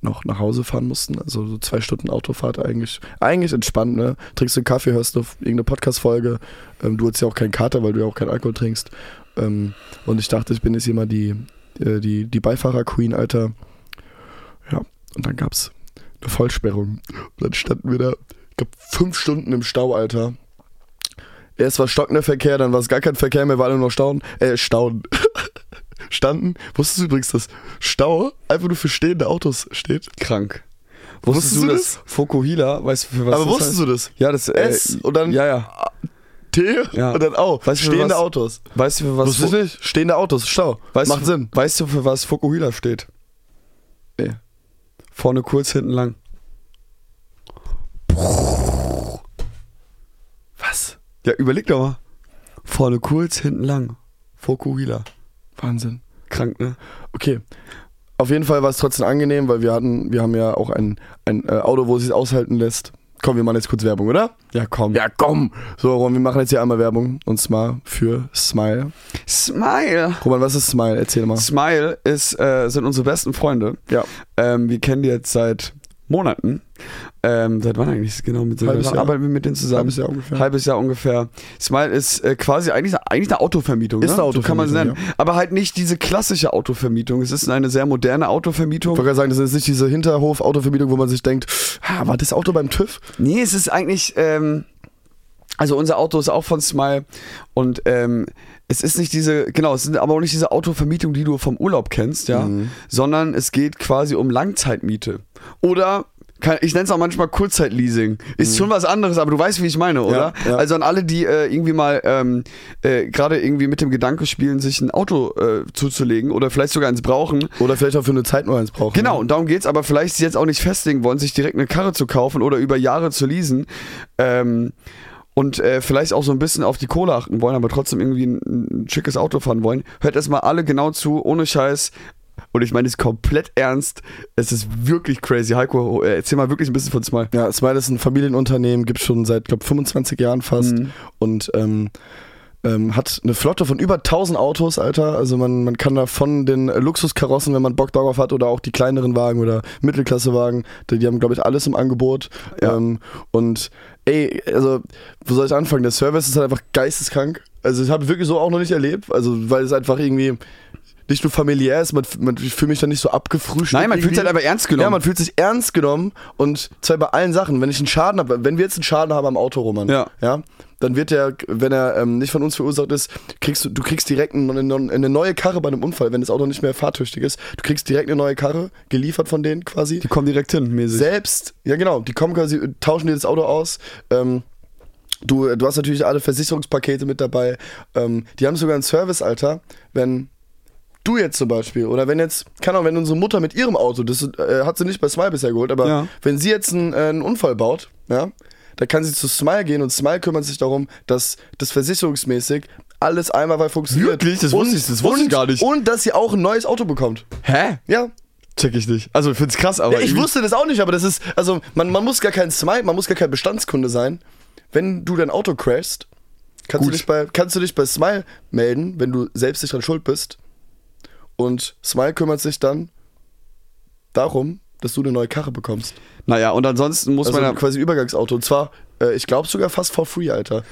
B: noch nach Hause fahren mussten. Also so zwei Stunden Autofahrt eigentlich. Eigentlich entspannt, ne? Trinkst du einen Kaffee, hörst du irgendeine Podcast-Folge. Ähm, du hast ja auch keinen Kater, weil du ja auch keinen Alkohol trinkst. Ähm, und ich dachte, ich bin jetzt hier mal die, äh, die, die Beifahrer-Queen, Alter. Ja, und dann gab's eine Vollsperrung. Und dann standen wir da, ich glaub, fünf Stunden im Stau, Alter. Erst war stockender Verkehr, dann war es gar kein Verkehr mehr, war nur noch Stauen. Äh, Stauen. Standen. Wusstest du übrigens, dass Stau einfach nur für stehende Autos steht?
A: Krank. Wusstest,
B: Wusstest
A: du
B: du
A: das? Fokuhila, weißt du für was
B: Aber
A: das
B: wusstest
A: heißt?
B: du das?
A: Ja, das äh,
B: S und dann-
A: Ja, ja.
B: T
A: Ja.
B: und dann auch.
A: Weißt du, für
B: stehende
A: was-
B: Autos.
A: Weißt du für was?
B: Wusstest du nicht? Stehende Autos, Stau.
A: weißt
B: Macht
A: du,
B: Sinn.
A: Weißt du für was Fokuhila steht?
B: Nee.
A: Vorne kurz, hinten lang.
B: Was?
A: Ja, überleg doch mal. Vorne kurz, hinten lang. Fokuhila.
B: Wahnsinn.
A: Krank, ne?
B: Okay. Auf jeden Fall war es trotzdem angenehm, weil wir hatten, wir haben ja auch ein, ein äh, Auto, wo es sich aushalten lässt. Komm, wir machen jetzt kurz Werbung, oder?
A: Ja, komm.
B: Ja, komm. So, Roman, wir machen jetzt hier einmal Werbung. Und zwar für Smile.
A: Smile.
B: Roman, was ist Smile? Erzähl mal.
A: Smile ist, äh, sind unsere besten Freunde.
B: Ja.
A: Ähm, wir kennen die jetzt seit Monaten. Ähm, seit wann eigentlich genau? Mit
B: Halbes
A: wann
B: Jahr.
A: arbeiten wir mit denen zusammen?
B: Halbes Jahr ungefähr.
A: Halbes Jahr ungefähr. Smile ist äh, quasi eigentlich, eigentlich eine Autovermietung.
B: Ist
A: ne?
B: eine
A: So kann man es
B: Autovermietung,
A: nennen. Aber halt nicht diese klassische Autovermietung. Es ist eine sehr moderne
B: Ich
A: Autovermietung.
B: wollte gerade sagen, das ist nicht diese Hinterhof-Autovermietung, wo man sich denkt, ah, war das Auto beim TÜV?
A: Nee, es ist eigentlich. Ähm, also unser Auto ist auch von Smile und ähm, es ist nicht diese, genau, es sind aber auch nicht diese Autovermietung, die du vom Urlaub kennst, ja,
B: Mhm.
A: sondern es geht quasi um Langzeitmiete. Oder kann, ich nenne es auch manchmal Kurzzeitleasing. Ist schon was anderes, aber du weißt, wie ich meine, oder?
B: Mhm. ja.
A: Also an alle, die äh, irgendwie mal ähm, äh, gerade irgendwie mit dem Gedanke spielen, sich ein Auto äh, zuzulegen oder vielleicht sogar eins brauchen,
B: Oder vielleicht auch für eine Zeit nur eins brauchen.
A: Genau, und darum geht's, aber vielleicht sie jetzt auch nicht festlegen wollen, sich direkt eine Karre zu kaufen oder über Jahre zu leasen. Ähm, und äh, vielleicht auch so ein bisschen auf die Kohle achten wollen, aber trotzdem irgendwie ein, ein schickes Auto fahren wollen. Hört erstmal alle genau zu, ohne Scheiß. Und ich meine es komplett ernst. Es ist wirklich crazy. Heiko, äh, erzähl mal wirklich ein bisschen von Smile.
B: Ja, Smile ist ein Familienunternehmen, gibt schon seit, glaube 25 Jahren fast.
A: Hm.
B: Und ähm, ähm, hat eine Flotte von über 1000 Autos, Alter. Also man, man kann da von den Luxuskarossen, wenn man Bock darauf hat, oder auch die kleineren Wagen oder Mittelklassewagen, die, die haben, glaube ich, alles im Angebot.
A: Ja.
B: Ähm, und ey, also, wo soll ich anfangen? Der Service ist halt einfach geisteskrank. Also, ich habe wirklich so auch noch nicht erlebt. Also, weil es einfach irgendwie nicht nur familiär ist, man, f- man ich fühle mich da nicht so abgefrühstückt.
A: Nein, man fühlt
B: irgendwie.
A: sich halt einfach ernst genommen.
B: Ja, man fühlt sich ernst genommen und zwar bei allen Sachen. Wenn ich einen Schaden habe, wenn wir jetzt einen Schaden haben am Auto, Roman,
A: Ja.
B: ja dann wird der, wenn er ähm, nicht von uns verursacht ist, kriegst du, du kriegst direkt eine, eine neue Karre bei einem Unfall, wenn das Auto nicht mehr fahrtüchtig ist. Du kriegst direkt eine neue Karre, geliefert von denen quasi.
A: Die kommen direkt hin, mäßig.
B: Selbst, ja genau, die kommen quasi, tauschen dir das Auto aus. Ähm, du, du hast natürlich alle Versicherungspakete mit dabei. Ähm, die haben sogar einen Service, Alter. Wenn du jetzt zum Beispiel, oder wenn jetzt, keine Ahnung, wenn unsere Mutter mit ihrem Auto, das äh, hat sie nicht bei Smile bisher geholt, aber
A: Ja.
B: wenn sie jetzt einen, äh, einen Unfall baut, ja, Da kann sie zu Smile gehen und Smile kümmert sich darum, dass das versicherungsmäßig alles einmal weit funktioniert.
A: Wirklich? Das wusste ich- das wusste ich
B: und,
A: gar nicht.
B: Und dass sie auch ein neues Auto bekommt.
A: Hä?
B: Ja.
A: Check ich nicht. Also, ich find's krass, aber.
B: Ja, ich
A: irgendwie-
B: wusste das auch nicht, aber das ist, also man, man muss gar kein Smile, man muss gar kein Bestandskunde sein. Wenn du dein Auto crashst, kannst, du
A: Gut.
B: dich, bei, kannst du dich bei Smile melden, wenn du selbst nicht dran schuld bist. Und Smile kümmert sich dann darum, dass du eine neue Karre bekommst.
A: Naja, und ansonsten muss
B: Also
A: man ja
B: quasi ein Übergangsauto. Und zwar, äh, ich glaube sogar fast for free, Alter.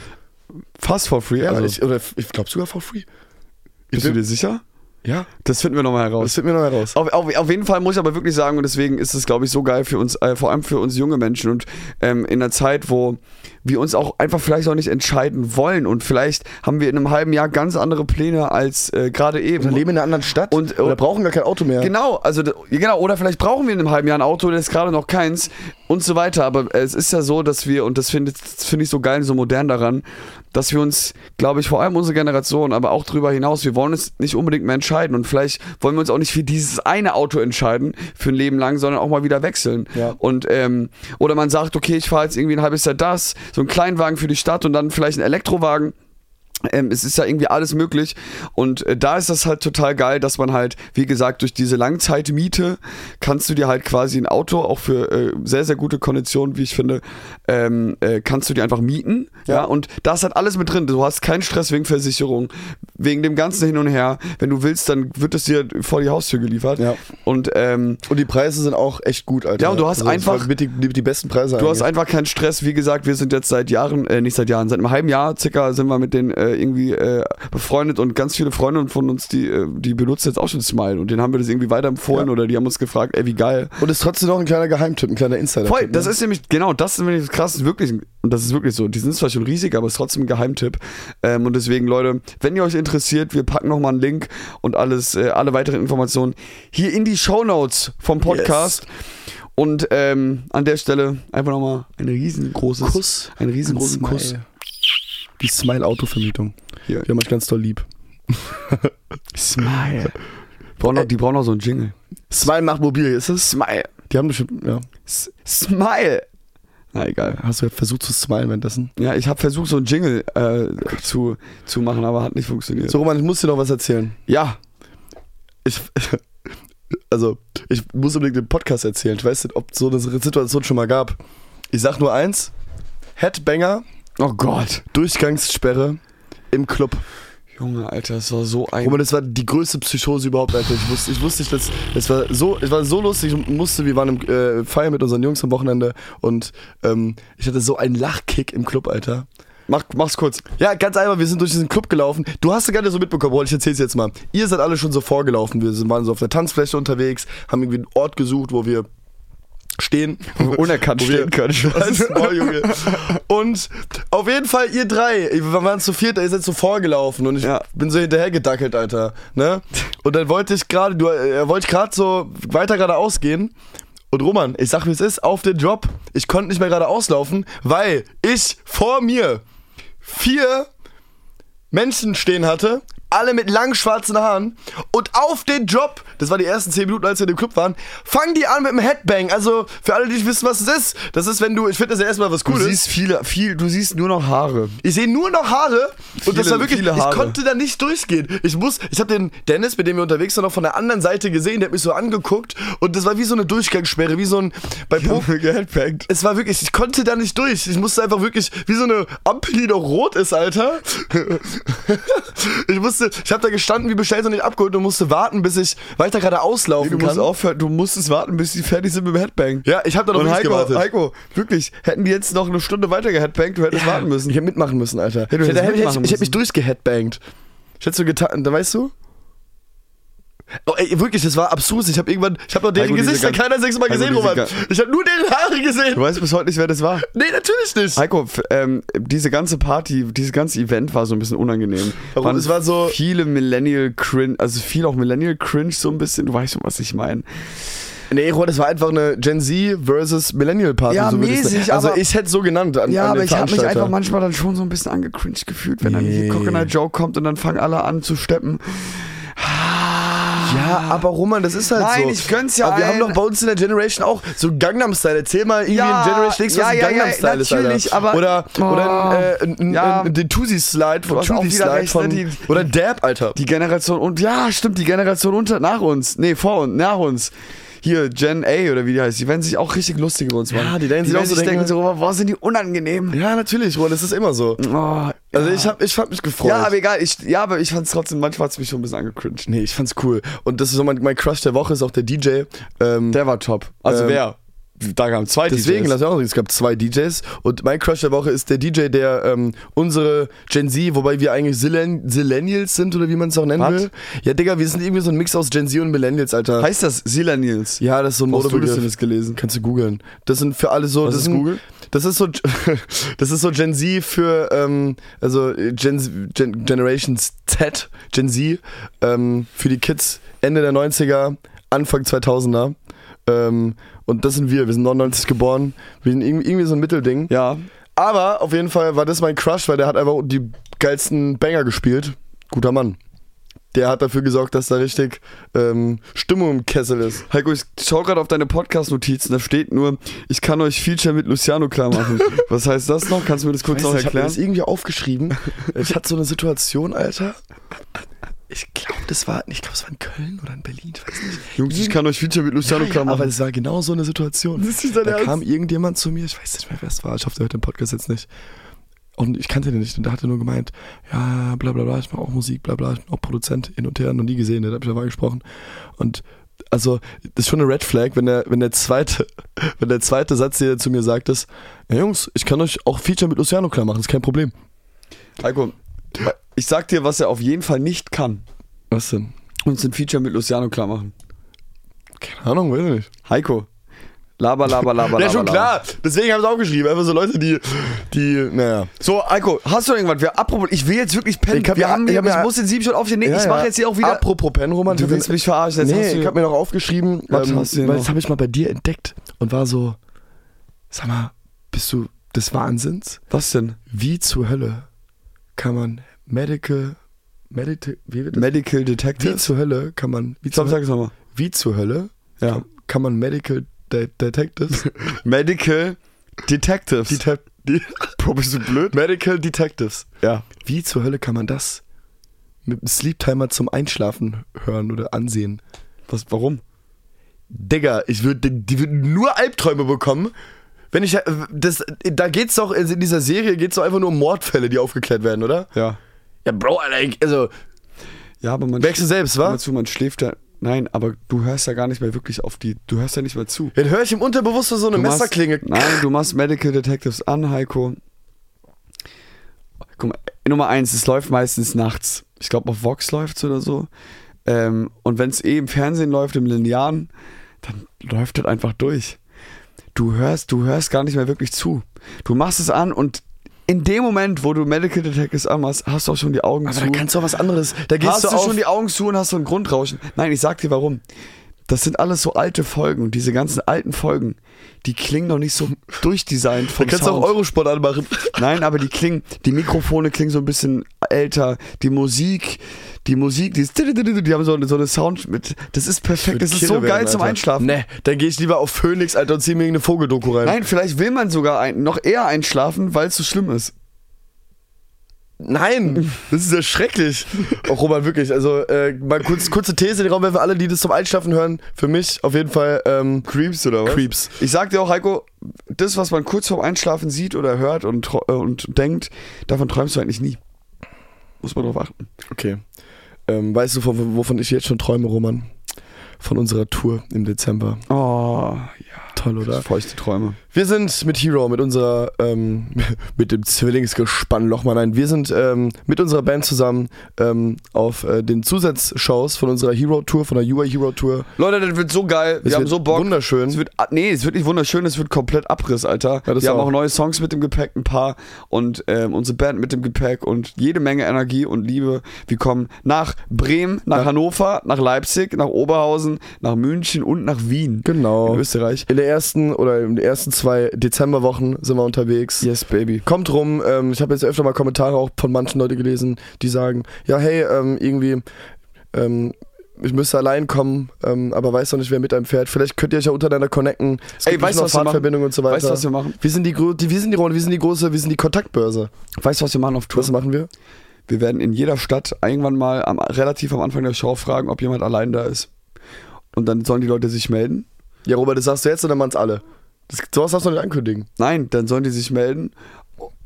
A: fast for free.
B: Ja,
A: also,
B: ich, oder ich glaube sogar for free.
A: bist du dir sicher?
B: Ja.
A: Das finden wir nochmal
B: Das
A: heraus.
B: finden wir noch heraus.
A: Auf, auf, auf jeden Fall muss ich aber wirklich sagen, und deswegen ist es, glaube ich, so geil für uns, äh, vor allem für uns junge Menschen und ähm, in einer Zeit, wo wir uns auch einfach vielleicht auch nicht entscheiden wollen und vielleicht haben wir in einem halben Jahr ganz andere Pläne als äh, gerade eben.
B: Wir leben in einer anderen Stadt
A: Und-
B: äh, oder brauchen gar kein Auto mehr.
A: Genau, also d- genau, oder vielleicht brauchen wir in einem halben Jahr ein Auto, das ist gerade noch keins und so weiter. Aber es ist ja so, dass wir, und das finde das finde ich so geil, so modern daran, dass wir uns, glaube ich, vor allem unsere Generation, aber auch darüber hinaus, wir wollen uns nicht unbedingt mehr entscheiden. Und vielleicht wollen wir uns auch nicht für dieses eine Auto entscheiden, für ein Leben lang, sondern auch mal wieder wechseln.
B: Ja.
A: Und ähm, oder man sagt, okay, ich fahre jetzt irgendwie ein halbes Jahr das, so einen Kleinwagen für die Stadt und dann vielleicht einen Elektrowagen. Ähm, es ist ja irgendwie alles möglich und äh, da ist das halt total geil, dass man halt, wie gesagt, durch diese Langzeitmiete kannst du dir halt quasi ein Auto, auch für äh, sehr, sehr gute Konditionen, wie ich finde, ähm, äh, kannst du dir einfach mieten. Ja.
B: Ja.
A: und da ist halt alles mit drin. Du hast keinen Stress wegen Versicherung, wegen dem ganzen Hin und Her. Wenn du willst, dann wird es dir vor die Haustür geliefert.
B: Ja.
A: Und ähm,
B: Und die Preise sind auch echt gut, Alter.
A: Ja, und du hast
B: das
A: einfach-
B: war mit die, die, die besten Preise.
A: Du hast einfach keinen Stress. Wie gesagt, wir sind jetzt seit Jahren, äh, nicht seit Jahren, seit einem halben Jahr circa sind wir mit denen äh, irgendwie äh, befreundet und ganz viele Freunde von uns, die, äh, die benutzen jetzt auch schon Smile und denen haben wir das irgendwie weiterempfohlen
B: Ja.
A: oder die haben uns gefragt, ey, wie geil.
B: und ist trotzdem noch ein kleiner Geheimtipp, ein kleiner ne? Insider.
A: Voll, das ist nämlich, genau, das ist nämlich krass, wirklich, und das ist wirklich so, die sind zwar schon riesig, aber es ist trotzdem ein Geheimtipp. Ähm, und deswegen, Leute, wenn ihr euch interessiert, wir packen nochmal einen Link und alles, äh, alle weiteren Informationen hier in die Shownotes vom Podcast. Und ähm, an der Stelle einfach nochmal ein riesengroßes
B: Kuss.
A: Ein riesengroßen
B: Ein
A: Kuss.
B: Smile. Die Smile-Autovermietung.
A: Hier.
B: Wir haben euch ganz doll lieb.
A: Smile. Brauchen noch, die brauchen noch so einen Jingle.
B: Smile macht mobil, ist es?
A: Smile.
B: Die haben bestimmt, ja.
A: S Smile. Na egal.
B: Hast du ja versucht zu smilen währenddessen?
A: Ja, ich habe versucht, so einen Jingle äh, zu, zu machen, aber hat nicht funktioniert.
B: So, Roman, ich muss dir noch was erzählen.
A: Ja.
B: Ich, also, ich muss unbedingt den Podcast erzählen. Ich weiß nicht, ob es so eine Situation schon mal gab. Ich sag nur eins: Headbanger,
A: Oh Gott.
B: Durchgangssperre im Club.
A: Junge, Alter, das war so ein.
B: Roman, das war die größte Psychose überhaupt, Alter. Ich wusste, ich wusste nicht, dass. Es war so, es war so lustig. Ich musste, wir waren im äh, Feiern mit unseren Jungs am Wochenende und ähm, ich hatte so einen Lachkick im Club, Alter.
A: Mach, mach's kurz.
B: Ja, ganz einfach, wir sind durch diesen Club gelaufen. Du hast es gar nicht so mitbekommen, Roll, ich erzähl's jetzt mal. Ihr seid alle schon so vorgelaufen. Wir sind, waren so auf der Tanzfläche unterwegs, haben irgendwie einen Ort gesucht, wo wir stehen.
A: Wo wir unerkannt
B: Wo wir-
A: stehen können, ich weiß.
B: Scheiß Maul, Junge. Und auf jeden Fall ihr drei, wir waren zu viert, ihr seid so vorgelaufen und ich
A: Ja.
B: bin so hinterher gedackelt, Alter. Ne? Und dann wollte ich gerade, du äh, wollte gerade so weiter geradeaus gehen. Und Roman, ich sag wie es ist, auf den Job. Ich konnte nicht mehr geradeaus laufen, weil ich vor mir vier Menschen stehen hatte, alle mit langen schwarzen Haaren und auf den Job, das war die ersten 10 Minuten, als wir in dem Club waren, fangen die an mit dem Headbang. Also für alle, die nicht wissen, was es ist, das ist, wenn du, ich finde das ja erstmal was
A: Du
B: Cooles.
A: siehst viele, viel, du siehst nur noch Haare.
B: Ich sehe nur noch Haare und das
A: Viele,
B: war wirklich,
A: viele Haare.
B: ich konnte da nicht durchgehen. Ich muss, ich habe den Dennis, mit dem wir unterwegs waren, noch von der anderen Seite gesehen, der hat mich so angeguckt und das war wie so eine Durchgangssperre, wie so ein, bei Poker,
A: gehandpackt.
B: es war wirklich, ich konnte da nicht durch. Ich musste einfach wirklich, wie so eine Ampel, die noch rot ist, Alter. ich musste, ich habe da gestanden wie bestellt und nicht abgeholt und musste warten, bis ich weiter geradeaus laufen
A: Du musst
B: kann.
A: aufhören, du musstest warten, bis die fertig sind mit dem Headbang.
B: Ja, ich habe da noch
A: Und
B: nicht
A: Heiko,
B: gewartet.
A: Heiko, wirklich, hätten die jetzt noch eine Stunde weiter geheadbangt, du hättest warten müssen.
B: Ich hätte mitmachen müssen, Alter.
A: du
B: ich
A: hättest
B: hätte, hätte,
A: mitmachen
B: ich, ich hätte mich
A: müssen.
B: durchgeheadbangt. Ich hätte so getan, da weißt du? Oh, ey, wirklich, das war abstrus. Ich habe irgendwann, ich habe noch deren
A: Heiko, diese
B: Gesichter
A: ganz-
B: keiner sechsmal
A: Heiko,
B: gesehen,
A: diese
B: Roman.
A: ganz-
B: Ich habe nur deren Haare
A: Du
B: gesehen.
A: weißt bis heute nicht, wer das war.
B: Nee, natürlich nicht.
A: Heiko, f- ähm, diese ganze Party, dieses ganze Event war so ein bisschen unangenehm.
B: Warum?
A: Waren
B: Es war so-
A: viele Millennial Cringe, also viel auch Millennial Cringe so ein bisschen. Du weißt schon, was ich meine.
B: Nee, Rohr, das war einfach eine Gen Z versus Millennial Party.
A: Ja,
B: so würde ich's
A: mäßig,
B: nennen. Also
A: aber-
B: ich hätte so genannt an,
A: Ja,
B: an
A: aber
B: den
A: ich habe mich
B: Veranstalter.
A: einfach manchmal dann schon so ein bisschen angecringed gefühlt, wenn dann hier
B: Nee.
A: Coconut Joe kommt und dann fangen alle an zu steppen.
B: Ja, aber Roman, das ist halt
A: Ah. Nein,
B: so.
A: ich gönn's ja
B: Aber wir haben
A: allen.
B: doch bei uns in der Generation auch so Gangnam Style. Erzähl mal irgendwie
A: Ja,
B: in Generation X, was
A: ja,
B: ein
A: ja,
B: Gangnam
A: ja,
B: Style ist,
A: natürlich,
B: Alter.
A: aber-
B: oder
A: Oh.
B: oder äh, n- n-
A: Ja.
B: n- den Tusi Slide von
A: hast auch
B: Tusi
A: wieder
B: Slide
A: recht,
B: von
A: ne, die-
B: oder Dab, Alter.
A: Die Generation und ja, stimmt, die Generation unter nach uns. Nee, vor uns, nach uns. Hier, Gen A oder wie die heißt, die werden sich auch richtig lustig über uns machen.
B: die werden sich auch so
A: denken,
B: denken,
A: so, boah, sind die unangenehm.
B: ja, natürlich, Roman, das ist immer so.
A: Oh,
B: Also ich hab ich hab mich gefreut.
A: ja, aber egal, ich, ja, aber ich fand's trotzdem, manchmal hat's mich schon ein bisschen angecringed.
B: nee, ich fand's cool. Und das ist so mein, mein Crush der Woche ist auch der DJ. Ähm,
A: Der war top. Also
B: Ähm,
A: wer? Da kamen zwei
B: Deswegen,
A: DJs.
B: das auch, es gab zwei DJs und mein Crush der Woche ist der DJ, der ähm, unsere Gen Z, wobei wir eigentlich Zillen- Zillennials sind oder wie man es auch nennen
A: Was?
B: will. Ja, Digga, wir sind irgendwie so ein Mix aus Gen Z und Millennials, Alter.
A: Heißt das Silaniels?
B: ja, das ist so ein
A: Wo hast du das
B: Modebegriff.
A: denn jetzt gelesen?
B: Kannst du googeln. Das sind für alle so.
A: Was
B: das
A: ist
B: sind-
A: Google?
B: Das ist so, das ist so Gen Z für, ähm, also Gen, Gen, Generations Z, Gen Z, ähm, für die Kids Ende der 90er, Anfang 2000er. Ähm, und das sind wir, wir sind 99 geboren, wir sind irgendwie irgendwie so ein Mittelding.
A: Ja.
B: Aber auf jeden Fall war das mein Crush, weil der hat einfach die geilsten Banger gespielt. Guter Mann. Der hat dafür gesorgt, dass da richtig ähm, Stimmung im Kessel ist.
A: Heiko, ich schau gerade auf deine Podcast-Notizen, da steht nur, ich kann euch Feature mit Luciano klar machen. Was heißt das noch? Kannst du mir das kurz
B: Weiß
A: noch
B: nicht, ich habe mir das
A: erklären?
B: irgendwie aufgeschrieben. Ich hatte so eine Situation, Alter. Ich glaube, das war, ich glaube, es war in Köln oder in Berlin, ich weiß nicht.
A: Jungs, ich kann euch Feature mit Luciano
B: ja,
A: klar
B: aber
A: machen.
B: es war genau so eine Situation.
A: Das ist nicht dein
B: da
A: Ernst.
B: kam irgendjemand zu mir, ich weiß nicht mehr, wer es war, ich hoffe, der hört den Podcast jetzt nicht. Und ich kannte den nicht und der hatte nur gemeint, ja, bla bla bla, ich mache auch Musik, bla bla, ich bin auch Produzent hin und her, noch nie gesehen, der hat mich dabei gesprochen. Und also, das ist schon eine Red Flag, wenn der, wenn der zweite, wenn der zweite Satz, den er zu mir sagt, ist, ja Jungs, ich kann euch auch Feature mit Luciano klar machen, ist kein Problem.
A: Heiko, ich sag dir, was er auf jeden Fall nicht kann.
B: Was denn?
A: Uns ein Feature mit Luciano klar machen.
B: Keine Ahnung, weiß ich nicht.
A: Heiko, laber, laber, laber, laber.
B: Ja, schon
A: laber.
B: klar. Deswegen habe ich es aufgeschrieben. Einfach so Leute, die, die, naja.
A: So, Heiko, hast du irgendwas? Wir, apropos, ich will jetzt wirklich pennen.
B: Ich hab
A: wir
B: ja-
A: haben,
B: ich
A: ich,
B: hab ja-
A: muss den sieben schon aufstehen. Nee, ich mache jetzt hier auch wieder...
B: Apropos Penroman,
A: Du willst mich verarschen. Jetzt hast
B: Nee,
A: du-
B: ich habe mir noch aufgeschrieben, ähm,
A: Was hast du denn
B: weil
A: noch?
B: das habe ich mal bei dir entdeckt und war so, sag mal, bist du des Wahnsinns?
A: was denn?
B: Wie zur Hölle kann man Medical, Medical, wie wird das?
A: Medical Detective?
B: wie zur Hölle kann man, wie,
A: Stopp,
B: zur,
A: sag
B: Hölle,
A: es nochmal.
B: wie zur Hölle
A: Ja.
B: kann, kann man Medical De Detectives,
A: Medical Detectives.
B: Detec- die,
A: Bro, bist du blöd?
B: Medical Detectives,
A: Ja.
B: wie zur Hölle kann man das mit einem Sleeptimer zum Einschlafen hören oder ansehen?
A: Was, warum?
B: Digga, ich würde, die würden nur Albträume bekommen. Wenn ich, äh, das, da geht's doch, also in dieser Serie geht's doch einfach nur um Mordfälle, die aufgeklärt werden, oder?
A: Ja.
B: Ja, Bro, Alter, ich- also,
A: Ja, aber man,
B: merkst du selbst,
A: hör mal
B: wa?
A: zu, man schläft ja. Nein, aber du hörst ja gar nicht mehr wirklich auf die. Du hörst ja nicht mehr zu.
B: Dann höre ich im Unterbewusstsein so eine
A: Du machst-
B: Messerklinge.
A: Nein, du machst Medical Detectives an, Heiko. Guck mal, Nummer eins, es läuft meistens nachts. Ich glaube, auf Vox läuft's oder so. Ähm, und wenn es eh im Fernsehen läuft, im Linearen, dann läuft das einfach durch. Du hörst, du hörst gar nicht mehr wirklich zu. Du machst es an und in dem Moment, wo du Medical Detectives anmachst, hast du auch schon die Augen
B: Aber
A: zu.
B: da kannst du auch was anderes. Da gehst
A: Hast
B: du,
A: du
B: auf,
A: schon die Augen zu und hast so ein Grundrauschen? Nein, ich sag dir warum. Das sind alles so alte Folgen und diese ganzen alten Folgen, die klingen noch nicht so durchdesignt
B: da
A: vom
B: kannst du
A: Sound.
B: auch Eurosport anmachen.
A: Nein, aber die klingen, die Mikrofone klingen so ein bisschen älter, die Musik, die Musik, die, ist, die haben so eine, so eine Sound mit, das ist perfekt, das ist so
B: Kirre
A: geil
B: werden,
A: zum
B: Alter.
A: Einschlafen.
B: Nee, dann gehe ich lieber auf Phoenix, Alter, und zieh mir irgendeine Vogeldoku rein.
A: Nein, vielleicht will man sogar ein, noch eher einschlafen, weil es so schlimm ist.
B: Nein, das ist ja schrecklich. Auch Roman, wirklich. Also, äh, mal kurz, kurze These in den Raum werfen, alle, die das zum Einschlafen hören. Für mich auf jeden Fall ähm,
A: Creeps oder was?
B: Creeps.
A: Ich sag dir auch, Heiko, das, was man kurz vorm Einschlafen sieht oder hört und, tro- äh, und denkt, davon träumst du eigentlich nie. Muss man drauf achten.
B: Okay. Ähm, weißt du, wovon, wovon ich jetzt schon träume, Roman? Von unserer Tour im Dezember.
A: Oh,
B: Toll, oder?
A: feuchte Träume.
B: Wir sind mit Hero, mit unserer, ähm, mit dem Zwillingsgespann Lochmann. Nein, wir sind ähm, mit unserer Band zusammen ähm, auf äh, den Zusatzshows von unserer Hero Tour, von der Your Hero Tour.
A: Leute, das wird so geil. Wir
B: Es
A: haben
B: wird
A: so Bock. Es
B: Wunderschön.
A: wird, ah, nee, es wird nicht wunderschön, es wird komplett Abriss, Alter.
B: Ja, das
A: wir haben
B: auch.
A: auch neue Songs mit dem Gepäck, ein paar und ähm, unsere Band mit dem Gepäck und jede Menge Energie und Liebe. Wir kommen nach Bremen, nach Hannover, nach Leipzig, nach Oberhausen, nach München und nach Wien.
B: Genau.
A: In Österreich.
B: In der ersten oder in den ersten zwei Dezemberwochen sind wir unterwegs.
A: Yes, baby.
B: Kommt rum, ähm, ich habe jetzt öfter mal Kommentare auch von manchen Leuten gelesen, die sagen, ja hey, ähm, irgendwie, ähm, ich müsste allein kommen, ähm, aber weiß noch nicht, wer mit einem fährt. Vielleicht könnt ihr euch ja untereinander connecten. Es
A: Ey,
B: gibt
A: weißt du, was wir
B: bestimmt noch
A: machen?
B: Fahrtverbindungen und so weiter.
A: Weißt du, was wir machen?
B: Wir sind die, gro- die, wir sind die, Rolle, wir sind die große, wir sind die Kontaktbörse.
A: Weißt du, was wir machen auf Tour?
B: Was machen wir?
A: Wir werden in jeder Stadt irgendwann mal am, relativ am Anfang der Show fragen, ob jemand allein da ist. Und dann sollen die Leute sich melden.
B: Ja, Robert, das sagst du jetzt und dann machen's alle. Das, sowas darfst du nicht ankündigen.
A: Nein, dann sollen die sich melden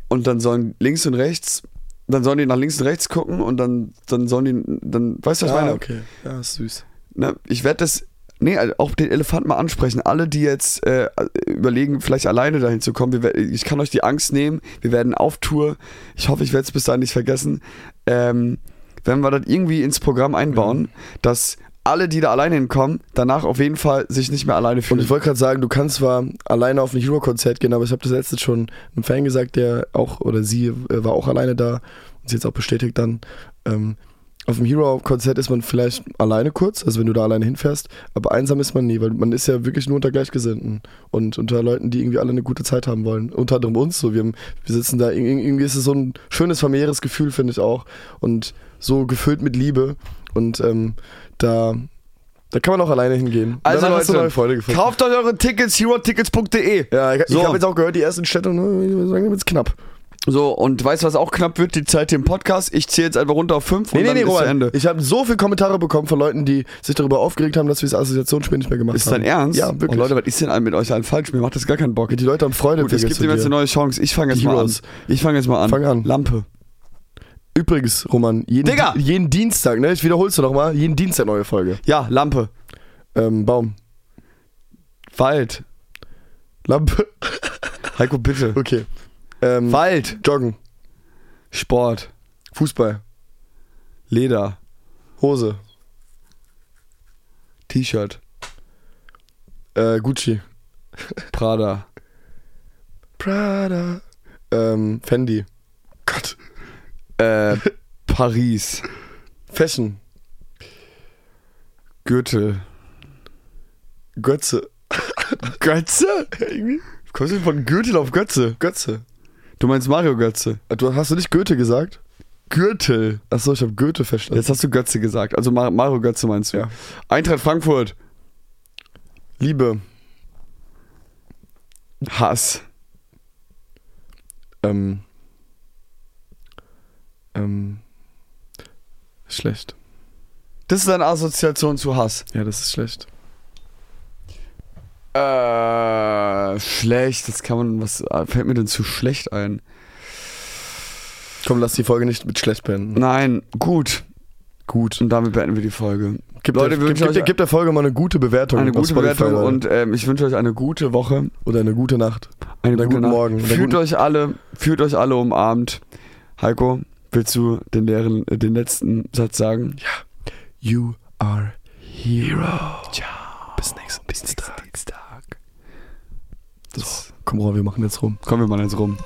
A: und dann sollen links und rechts, dann sollen die nach links und rechts gucken und dann, dann sollen die, dann, weißt du, was ich meine?
B: Ah, okay. Ja, ist süß.
A: Ne, ich werde das, nee, also auch den Elefant mal ansprechen. Alle, die jetzt äh, überlegen, vielleicht alleine dahin zu kommen, wir, wer- ich kann euch die Angst nehmen. Wir werden auf Tour, ich hoffe, ich werde es bis dahin nicht vergessen, ähm, wenn wir das irgendwie ins Programm einbauen,
B: Mhm.
A: dass alle, die da alleine hinkommen, danach auf jeden Fall sich nicht mehr alleine
B: Und
A: fühlen.
B: ich wollte gerade sagen, du kannst zwar alleine auf ein Hero-Konzert gehen, aber ich habe das letztens schon einem Fan gesagt, der auch, oder sie äh, war auch alleine da und sie jetzt auch bestätigt dann, ähm, auf dem Hero-Konzert ist man vielleicht alleine kurz, also wenn du da alleine hinfährst, aber einsam ist man nie, weil man ist ja wirklich nur unter Gleichgesinnten und unter Leuten, die irgendwie alle eine gute Zeit haben wollen. Unter anderem uns so, wir, haben, wir sitzen da, ir- irgendwie ist es so ein schönes familiäres Gefühl, finde ich auch und so gefüllt mit Liebe und ähm, da, da kann man auch alleine hingehen. Und
A: Also
B: dann hast du
A: Leute,
B: neue Freunde gefunden.
A: Kauft euch eure Tickets, herotickets.de.
B: Ja, ich,
A: So.
B: ich habe jetzt auch gehört, die ersten Städte, ne, sagen jetzt knapp.
A: So, und weißt du, was auch knapp wird? Die Zeit hier im Podcast. Ich zähle jetzt einfach runter auf 5 und dann ist zu Ende.
B: Ich habe so viele Kommentare bekommen von Leuten, die sich darüber aufgeregt haben, dass wir das Assoziationsspiel nicht mehr gemacht
A: Ist
B: haben.
A: dein Ernst?
B: Ja, wirklich.
A: Oh, Leute, was ist denn mit euch allen falsch? Mir macht das gar keinen Bock.
B: die Leute haben Freude.
A: Gut, ich
B: Digga,
A: gebe
B: zu
A: dem jetzt
B: dir.
A: eine neue Chance. Ich fange jetzt
B: Die
A: mal
B: Heroes.
A: an. Ich fange jetzt mal an.
B: Fang an.
A: Lampe.
B: Übrigens, Roman, jeden,
A: Digga!
B: jeden Dienstag, ne? Ich wiederhol's dir nochmal, jeden Dienstag neue Folge.
A: Ja, Lampe.
B: Ähm, Baum.
A: Wald.
B: Lampe.
A: Heiko, bitte.
B: Okay. Ähm,
A: Wald.
B: Joggen.
A: Sport.
B: Fußball.
A: Leder.
B: Hose.
A: T-Shirt.
B: Äh, Gucci.
A: Prada.
B: Prada. Ähm, Fendi. Gott.
A: Äh, Paris.
B: Fashion.
A: Gürtel.
B: Götze.
A: Götze?
B: Irgendwie.
A: Kommst du von Gürtel auf Götze?
B: Götze.
A: Du meinst Mario Götze.
B: Äh, Du hast du nicht Goethe gesagt?
A: Gürtel.
B: Achso, ich habe Goethe verstanden.
A: Jetzt hast du Götze gesagt. Also Mar Mario Götze meinst du.
B: Ja.
A: Eintracht Frankfurt.
B: Liebe,
A: Hass.
B: ähm, ähm, schlecht.
A: Das ist eine Assoziation zu Hass.
B: Ja, das ist schlecht.
A: Äh, schlecht. Das kann man. Was fällt mir denn zu schlecht ein?
B: Komm, lass die Folge nicht mit schlecht beenden.
A: Nein, gut.
B: Gut.
A: Und damit beenden wir die Folge.
B: Gib,
A: Leute,
B: der,
A: wir
B: gib,
A: wünschen
B: gib,
A: euch
B: gib der Folge mal eine gute Bewertung.
A: eine
B: auf
A: gute
B: Spotify,
A: Bewertung
B: Leute.
A: und ähm, ich wünsche euch eine gute Woche.
B: oder eine gute Nacht.
A: Einen
B: Oder
A: guten
B: guten Morgen. Oder
A: Fühlt
B: guten-
A: euch alle, fühlt euch alle umarmt. Heiko, willst du den, leeren, äh, den letzten Satz sagen?
B: You are hero.
A: Ciao.
B: Bis nächsten Dienstag.
A: Dienstag.
B: Das, komm, Roman, wir machen jetzt rum.
A: Kommen wir mal jetzt rum.